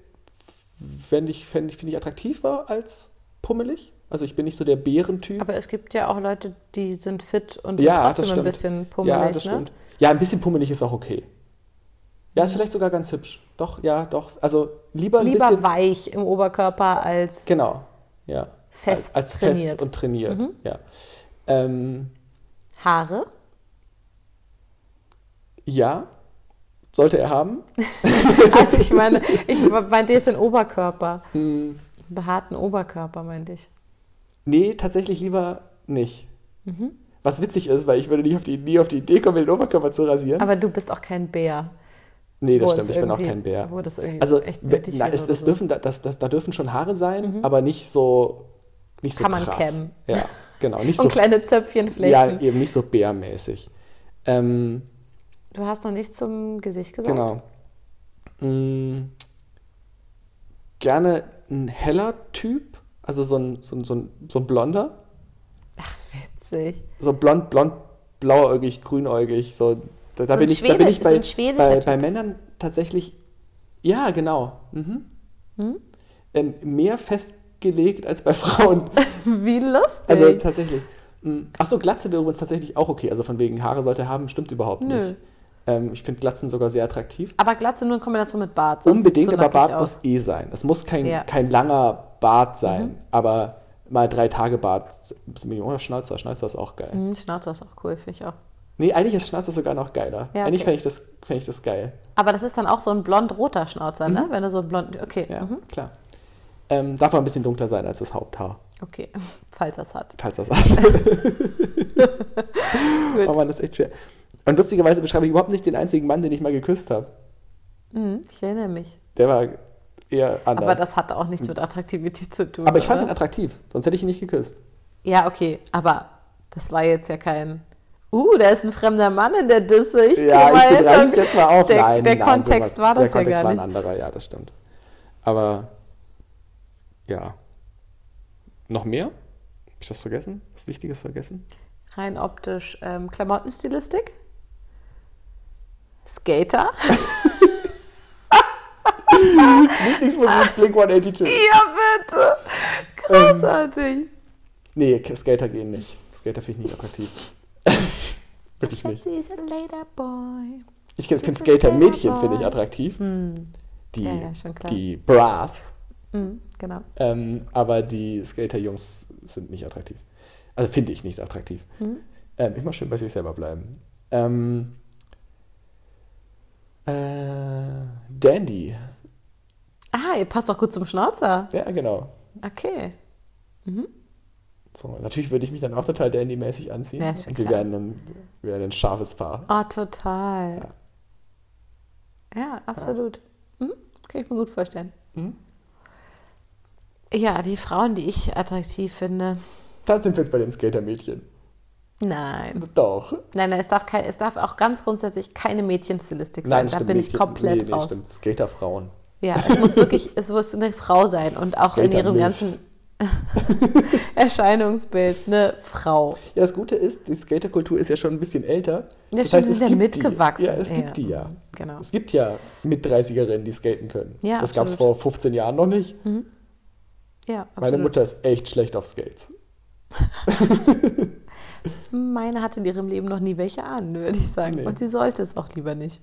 Speaker 5: wenn ich, fänd ich, finde ich attraktiver als pummelig. Also ich bin nicht so der Bärentyp.
Speaker 4: Aber es gibt ja auch Leute, die sind fit und sind
Speaker 5: ja, das
Speaker 4: trotzdem
Speaker 5: stimmt.
Speaker 4: ein bisschen pummelig.
Speaker 5: ja, das
Speaker 4: ne?
Speaker 5: stimmt. Ja, ein bisschen pummelig ist auch okay. Ja, ist vielleicht sogar ganz hübsch. Doch, ja, doch. Also lieber ein
Speaker 4: Lieber
Speaker 5: bisschen.
Speaker 4: weich im Oberkörper als
Speaker 5: Genau. Ja.
Speaker 4: Fest
Speaker 5: als, als
Speaker 4: trainiert. Mhm.
Speaker 5: fest und trainiert. Ja. Ähm,
Speaker 4: Haare.
Speaker 5: ja, sollte er haben.
Speaker 4: Also ich meine, ich meinte jetzt den Oberkörper.
Speaker 5: Hm.
Speaker 4: Behaarten Oberkörper, meinte ich.
Speaker 5: Nee, tatsächlich lieber nicht.
Speaker 4: Mhm.
Speaker 5: Was witzig ist, weil ich würde nie auf die, nie auf die Idee kommen, mir den Oberkörper zu rasieren.
Speaker 4: Aber du bist auch kein Bär.
Speaker 5: nee, das
Speaker 4: wo
Speaker 5: stimmt,
Speaker 4: es
Speaker 5: ich bin auch
Speaker 4: irgendwie-
Speaker 5: kein Bär.
Speaker 4: wo das irgendwie
Speaker 5: also,
Speaker 4: echt
Speaker 5: we-
Speaker 4: nötig
Speaker 5: nein,
Speaker 4: wäre
Speaker 5: es,
Speaker 4: oder
Speaker 5: es
Speaker 4: so. Mhm.
Speaker 5: dürfen, da- das, das, da dürfen schon Haare sein, aber nicht so, nicht so
Speaker 4: Kann man
Speaker 5: krass.
Speaker 4: kämmen.
Speaker 5: Ja, genau. Nicht
Speaker 4: Und
Speaker 5: so,
Speaker 4: kleine Zöpfchenflächen.
Speaker 5: ja, eben nicht so bärmäßig. Ähm,
Speaker 4: Du hast noch nichts zum Gesicht gesagt.
Speaker 5: genau. Mm, gerne ein heller Typ, also so ein, so ein, so ein, so ein blonder.
Speaker 4: Witzig.
Speaker 5: so blond, blond, blauäugig, grünäugig, so da, da
Speaker 4: So ein
Speaker 5: bin ich, da
Speaker 4: Schwede-
Speaker 5: bin ich
Speaker 4: so
Speaker 5: bei,
Speaker 4: ein schwedischer
Speaker 5: bei,
Speaker 4: Typ.
Speaker 5: bei Männern tatsächlich, ja genau, mhm.
Speaker 4: Hm?
Speaker 5: Ähm, mehr festgelegt als bei Frauen,
Speaker 4: Wie lustig.
Speaker 5: also tatsächlich. Achso, Glatze wäre übrigens tatsächlich auch okay, also von wegen Haare sollte er haben, stimmt überhaupt
Speaker 4: Nö.
Speaker 5: nicht. Ähm, ich finde Glatzen sogar sehr attraktiv.
Speaker 4: aber Glatze nur in Kombination mit Bart. sonst
Speaker 5: Unbedingt,
Speaker 4: sieht's so nackig
Speaker 5: aber Bart
Speaker 4: aus.
Speaker 5: muss eh sein. Es muss kein,
Speaker 4: Ja. Mhm.
Speaker 5: kein langer Bart sein, aber mal drei Tage Bart. Oder Schnauzer, Schnauzer ist auch geil.
Speaker 4: Hm, Schnauzer ist auch cool, finde ich auch.
Speaker 5: Nee, eigentlich ist Schnauzer sogar noch geiler.
Speaker 4: Ja,
Speaker 5: Eigentlich
Speaker 4: okay.
Speaker 5: fände ich, das- fänd ich das geil.
Speaker 4: Aber das ist dann auch so ein blond-roter Schnauzer, ne? Wenn du so blond. Okay.
Speaker 5: Mhm. Ja,
Speaker 4: Mhm.
Speaker 5: klar. Ähm, darf auch ein bisschen dunkler sein als das Haupthaar,
Speaker 4: Okay. Falls er es hat.
Speaker 5: falls das sagt. oh Mann, das ist echt schwer. Und lustigerweise beschreibe ich überhaupt nicht den einzigen Mann, den ich mal geküsst habe.
Speaker 4: Mhm, ich erinnere mich.
Speaker 5: Der war eher anders.
Speaker 4: Aber das ne? hatte auch nichts mit Attraktivität zu tun.
Speaker 5: Mhm. Aber ich fand ihn
Speaker 4: oder?
Speaker 5: attraktiv, sonst hätte ich ihn nicht geküsst.
Speaker 4: Ja, okay. Aber das war jetzt ja kein. Uh, da ist ein fremder Mann in der Disse. Ich
Speaker 5: Ja,
Speaker 4: geh
Speaker 5: ich
Speaker 4: mal
Speaker 5: bin
Speaker 4: hin
Speaker 5: reich
Speaker 4: und-
Speaker 5: jetzt mal auf.
Speaker 4: Der,
Speaker 5: nein,
Speaker 4: der
Speaker 5: nein,
Speaker 4: Kontext
Speaker 5: sowas-
Speaker 4: war das
Speaker 5: Der
Speaker 4: ja
Speaker 5: Kontext
Speaker 4: gar
Speaker 5: war ein
Speaker 4: nicht.
Speaker 5: anderer, ja, das stimmt. Aber, ja. Noch mehr? Habe ich das vergessen? Was Wichtiges vergessen?
Speaker 4: Rein optisch. Ähm, Klamottenstilistik? Skater?
Speaker 5: Lieblingsmusik Blink 182.
Speaker 4: Ja, bitte! Großartig!
Speaker 5: Nee, K- Skater gehen nicht. Skater finde ich nicht attraktiv. Wirklich nicht.
Speaker 4: She's a later boy.
Speaker 5: Ich finde
Speaker 4: Ist das
Speaker 5: Skater-Mädchen
Speaker 4: Skater- Hm.
Speaker 5: finde ich attraktiv. Die,
Speaker 4: Ja, ja, schon klar.
Speaker 5: die Brass.
Speaker 4: Mhm, genau.
Speaker 5: Ähm, aber die Skater-Jungs sind nicht attraktiv. Also finde ich nicht attraktiv.
Speaker 4: Hm?
Speaker 5: Ähm, immer schön bei sich selber bleiben. Ähm, äh, Dandy.
Speaker 4: Ah, ihr passt doch gut zum Schnauzer.
Speaker 5: Ja, genau.
Speaker 4: Okay.
Speaker 5: So, natürlich würde ich mich dann auch total Dandy-mäßig anziehen.
Speaker 4: Ja, ist schon
Speaker 5: Und wir
Speaker 4: klar.
Speaker 5: wären dann wir wären ein scharfes Paar.
Speaker 4: Oh, total. Ja, absolut. Mhm, kann ich mir gut vorstellen.
Speaker 5: Mhm.
Speaker 4: Ja, die Frauen, die ich attraktiv finde.
Speaker 5: Dann sind wir jetzt bei den Skater-Mädchen.
Speaker 4: Nein.
Speaker 5: Doch.
Speaker 4: Nein, nein, es darf, kein, es darf auch ganz grundsätzlich keine Mädchenstilistik sein.
Speaker 5: Nein,
Speaker 4: da
Speaker 5: stimmt,
Speaker 4: bin ich
Speaker 5: Mädchen-
Speaker 4: komplett
Speaker 5: nee, nee,
Speaker 4: raus.
Speaker 5: Stimmt. Skaterfrauen.
Speaker 4: Ja, es muss wirklich, es muss eine Frau sein und auch in
Speaker 5: Skater
Speaker 4: ihrem
Speaker 5: Milfs.
Speaker 4: ganzen Erscheinungsbild eine Frau.
Speaker 5: Ja, das Gute ist, die Skaterkultur ist ja schon ein bisschen älter.
Speaker 4: Ja, stimmt,
Speaker 5: das heißt,
Speaker 4: sie
Speaker 5: es
Speaker 4: sind ja
Speaker 5: gibt
Speaker 4: mitgewachsen.
Speaker 5: Die. Ja, es
Speaker 4: Ja.
Speaker 5: gibt die ja.
Speaker 4: Genau.
Speaker 5: Es gibt ja mit 30erinnen, die skaten können.
Speaker 4: Ja,
Speaker 5: das gab es vor
Speaker 4: absolut.
Speaker 5: 15 Jahren noch nicht.
Speaker 4: Ja, absolut.
Speaker 5: Meine Mutter ist echt schlecht auf Skates.
Speaker 4: Meine hatte in ihrem Leben noch nie welche an, würde ich sagen.
Speaker 5: Nee.
Speaker 4: Und sie sollte es auch lieber nicht.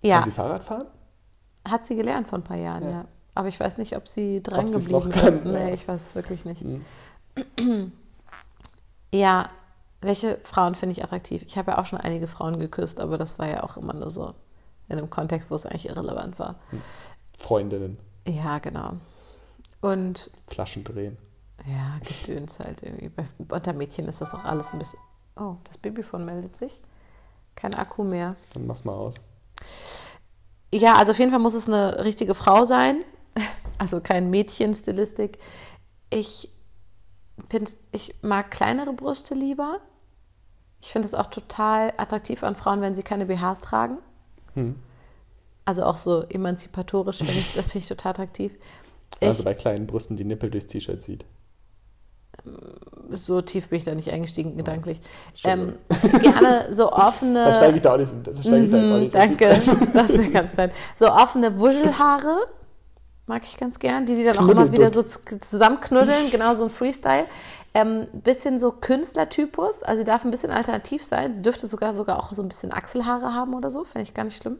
Speaker 4: Ja,
Speaker 5: Kann sie Fahrrad fahren?
Speaker 4: hat sie gelernt vor ein paar Jahren, ja. Aber ich weiß nicht, ob sie dran
Speaker 5: Ob sie's noch
Speaker 4: geblieben
Speaker 5: kann,
Speaker 4: ist. Nee,
Speaker 5: ja. Mhm.
Speaker 4: ich weiß es wirklich nicht. Ja, welche Frauen finde ich attraktiv? Ich habe ja auch schon einige Frauen geküsst, aber das war ja auch immer nur so in einem Kontext, wo es eigentlich irrelevant war.
Speaker 5: Mhm. Freundinnen,
Speaker 4: Ja, genau. Und
Speaker 5: Flaschen drehen.
Speaker 4: ja, Gedöns halt irgendwie. Bei, unter Mädchen ist das auch alles ein bisschen. Oh, das Babyphone meldet sich. Kein Akku mehr.
Speaker 5: Dann mach's mal aus.
Speaker 4: Ja, also auf jeden Fall muss es eine richtige Frau sein. Also kein Mädchenstilistik. Ich finde, ich mag kleinere Brüste lieber. Ich finde es auch total attraktiv an Frauen, wenn sie keine BHs tragen. Also auch so emanzipatorisch, finde ich, das finde ich total attraktiv.
Speaker 5: Also
Speaker 4: Ich-
Speaker 5: bei kleinen Brüsten die Nippel durchs T-Shirt sieht.
Speaker 4: so tief bin ich da nicht eingestiegen gedanklich. Ähm,
Speaker 5: Entschuldigung.
Speaker 4: gerne so offene.
Speaker 5: Dann steige ich da auch nicht, dann steige ich da jetzt auch
Speaker 4: Mhm,
Speaker 5: nicht so tief
Speaker 4: danke, das wäre ganz nett. So offene Wuschelhaare Mag ich ganz gern. Die, die dann auch immer
Speaker 5: Knuddeldut.
Speaker 4: wieder so zu- zusammenknuddeln, genau so ein Freestyle. Ähm, bisschen so Künstlertypus, also sie darf ein bisschen alternativ sein. Sie dürfte sogar sogar auch so ein bisschen Achselhaare haben oder so, fände ich gar nicht schlimm.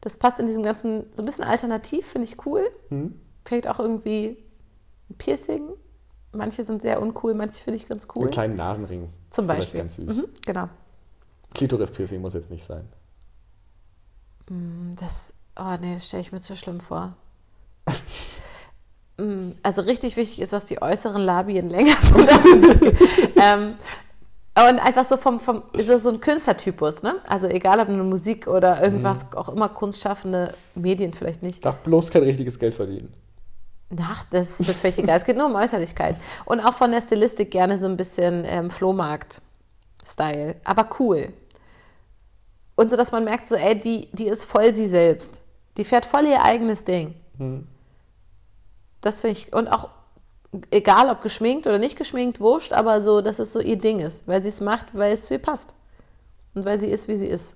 Speaker 4: Das passt in diesem ganzen, so ein bisschen alternativ, finde ich cool.
Speaker 5: Mhm.
Speaker 4: Vielleicht auch irgendwie ein Piercing. Manche sind sehr uncool, manche finde ich ganz cool.
Speaker 5: Einen kleinen Nasenring.
Speaker 4: Zum
Speaker 5: Vielleicht
Speaker 4: Beispiel.
Speaker 5: Ganz süß.
Speaker 4: Mhm, genau.
Speaker 5: Klitoris-Piercing muss jetzt nicht sein.
Speaker 4: Das, oh nee, das stelle ich mir zu schlimm vor. Mm, also richtig wichtig ist, dass die äußeren Labien länger sind. ähm, und einfach so vom, vom ist das so ein Künstlertypus, ne? Also egal ob nur Musik oder irgendwas, auch immer kunstschaffende Medien vielleicht nicht.
Speaker 5: Darf bloß kein richtiges Geld verdienen.
Speaker 4: Ach, das ist mir völlig egal. Es geht nur um Äußerlichkeit. Und auch von der Stilistik gerne so ein bisschen ähm, Flohmarkt-Style. Aber cool. Und so, dass man merkt, so, ey, die, die ist voll sie selbst. Die fährt voll ihr eigenes Ding.
Speaker 5: Hm.
Speaker 4: Das finde ich, und auch egal, ob geschminkt oder nicht geschminkt, wurscht, aber so, dass es so ihr Ding ist. Weil sie es macht, weil es zu ihr passt. Und weil sie ist, wie sie ist.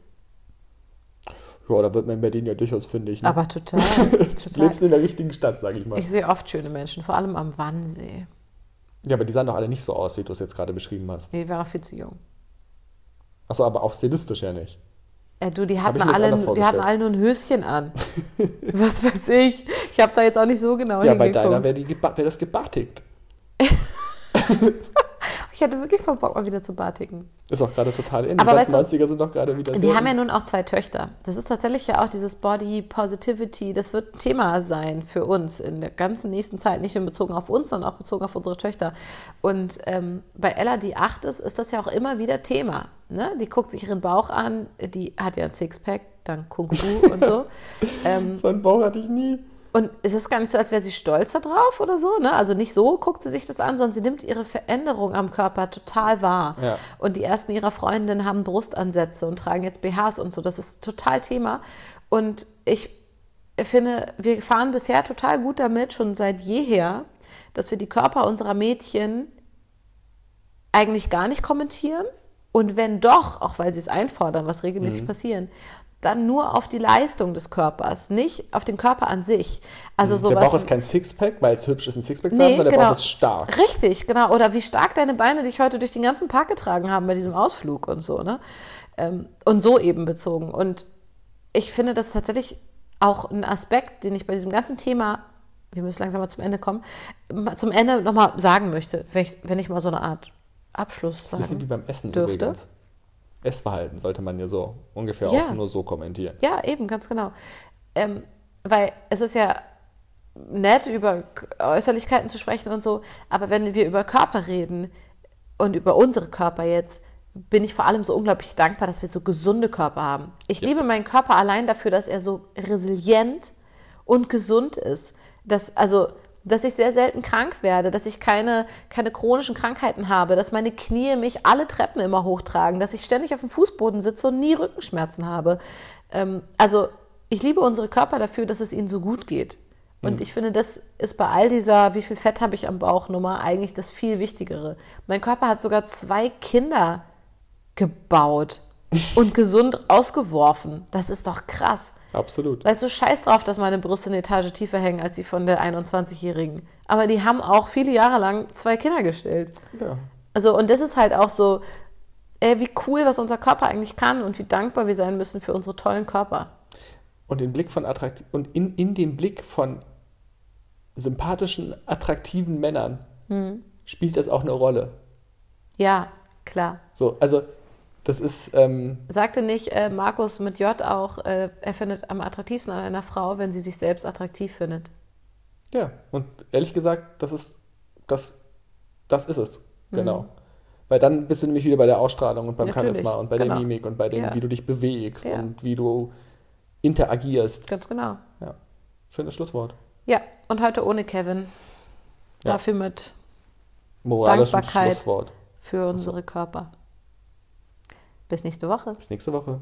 Speaker 5: Ja, da wird man in Berlin ja durchaus fündig. Ne?
Speaker 4: Aber total.
Speaker 5: du lebst
Speaker 4: total.
Speaker 5: in der richtigen Stadt, sage ich mal.
Speaker 4: Ich sehe oft schöne Menschen, vor allem am Wannsee.
Speaker 5: ja, aber die sahen doch alle nicht so aus, wie du es jetzt gerade beschrieben hast.
Speaker 4: Nee, die waren auch viel zu jung.
Speaker 5: Achso, aber auch stilistisch ja nicht.
Speaker 4: Äh, du, die
Speaker 5: ich
Speaker 4: hatten,
Speaker 5: mir jetzt
Speaker 4: alle,
Speaker 5: anders
Speaker 4: die hatten
Speaker 5: vorgestellt.
Speaker 4: alle nur ein Höschen an. Was weiß ich. Ich habe da jetzt auch nicht so genau
Speaker 5: ja, bei
Speaker 4: hingeguckt.
Speaker 5: deiner wäre wär das gebartigt.
Speaker 4: ich hätte wirklich voll Bock, mal wieder zu Batiken.
Speaker 5: Ist auch gerade total in.
Speaker 4: Aber
Speaker 5: die ganzen
Speaker 4: weißt
Speaker 5: 90er sind doch gerade wieder
Speaker 4: Die haben ja nun auch zwei Töchter. Das ist tatsächlich ja auch dieses Body Positivity. Das wird ein Thema sein für uns in der ganzen nächsten Zeit. Nicht nur bezogen auf uns, sondern auch bezogen auf unsere Töchter. Und ähm, bei Ella, die acht ist, ist das ja auch immer wieder Thema. Ne? Die guckt sich ihren Bauch an. Die hat ja ein Sixpack, dann Kung Fu und so. Ähm,
Speaker 5: so einen Bauch hatte ich nie.
Speaker 4: Und es ist gar nicht so, als wäre sie stolz darauf oder so. Ne? Also nicht so guckt sie sich das an, sondern sie nimmt ihre Veränderung am Körper total wahr.
Speaker 5: Ja.
Speaker 4: Und die ersten ihrer Freundinnen haben Brustansätze und tragen jetzt BHs und so. Das ist total Thema. Und ich finde, wir fahren bisher total gut damit, schon seit jeher, dass wir die Körper unserer Mädchen eigentlich gar nicht kommentieren. Und wenn doch, auch weil sie es einfordern, was
Speaker 5: Mhm.
Speaker 4: regelmäßig passieren, dann nur auf die Leistung des Körpers, nicht auf den Körper an sich. Also
Speaker 5: Mhm. der
Speaker 4: sowas.
Speaker 5: Bauch ist kein Sixpack, weil es hübsch ist, ein Sixpack zu
Speaker 4: Nee,
Speaker 5: haben, sondern der
Speaker 4: genau.
Speaker 5: Bauch ist stark.
Speaker 4: Richtig, genau. Oder wie stark deine Beine dich heute durch den ganzen Park getragen haben bei diesem Ausflug und so, ne? Ähm, und so eben bezogen. Und ich finde das tatsächlich auch ein Aspekt, den ich bei diesem ganzen Thema, wir müssen langsam mal zum Ende kommen, mal zum Ende nochmal sagen möchte, wenn ich, wenn ich mal so eine Art Abschluss
Speaker 5: Ein bisschen wie
Speaker 4: sagen.
Speaker 5: beim Essen
Speaker 4: dürfte.
Speaker 5: übrigens. Essverhalten sollte man ja so ungefähr
Speaker 4: Ja.
Speaker 5: auch nur so kommentieren.
Speaker 4: Ja, eben, ganz genau. Ähm, weil es ist ja nett, über K- Äußerlichkeiten zu sprechen und so, aber wenn wir über Körper reden und über unsere Körper jetzt, bin ich vor allem so unglaublich dankbar, dass wir so gesunde Körper haben. Ich liebe meinen Körper allein dafür, dass er so resilient und gesund ist. Dass, also, dass ich sehr selten krank werde, dass ich keine, keine chronischen Krankheiten habe, dass meine Knie mich alle Treppen immer hochtragen, dass ich ständig auf dem Fußboden sitze und nie Rückenschmerzen habe. Ähm, also ich liebe unsere Körper dafür, dass es ihnen so gut geht. Und ich finde, das ist bei all dieser, wie viel Fett habe ich am Bauch Nummer, eigentlich das viel Wichtigere. Mein Körper hat sogar zwei Kinder gebaut und gesund ausgeworfen. Das ist doch krass.
Speaker 5: Absolut.
Speaker 4: Weißt du, scheiß drauf, dass meine Brüste eine Etage tiefer hängen als die von der 21-Jährigen. Aber die haben auch viele Jahre lang zwei Kinder gestillt.
Speaker 5: Ja.
Speaker 4: Also, und das ist halt auch so, ey, wie cool, was unser Körper eigentlich kann und wie dankbar wir sein müssen für unsere tollen Körper.
Speaker 5: Und, den Blick von attrakt und in, in dem Blick von sympathischen, attraktiven Männern
Speaker 4: Hm.
Speaker 5: spielt das auch eine Rolle.
Speaker 4: Ja, klar.
Speaker 5: So, also das ist, ähm,
Speaker 4: Sagte nicht äh, Markus mit J auch, äh, er findet am attraktivsten an einer Frau, wenn sie sich selbst attraktiv findet.
Speaker 5: ja, und ehrlich gesagt, das ist, das, das ist es, genau. Weil dann bist du nämlich wieder bei der Ausstrahlung und beim
Speaker 4: Hm. Natürlich,
Speaker 5: Charisma und bei
Speaker 4: genau.
Speaker 5: der Mimik und bei dem,
Speaker 4: Ja.
Speaker 5: wie du dich bewegst
Speaker 4: Ja.
Speaker 5: und wie du interagierst.
Speaker 4: Ganz genau.
Speaker 5: Ja, schönes Schlusswort.
Speaker 4: Ja, und heute ohne Kevin.
Speaker 5: Ja.
Speaker 4: Dafür mit
Speaker 5: Moralisches
Speaker 4: Dankbarkeit.
Speaker 5: Schlusswort.
Speaker 4: für unsere Körper. Bis nächste Woche.
Speaker 5: Bis nächste Woche.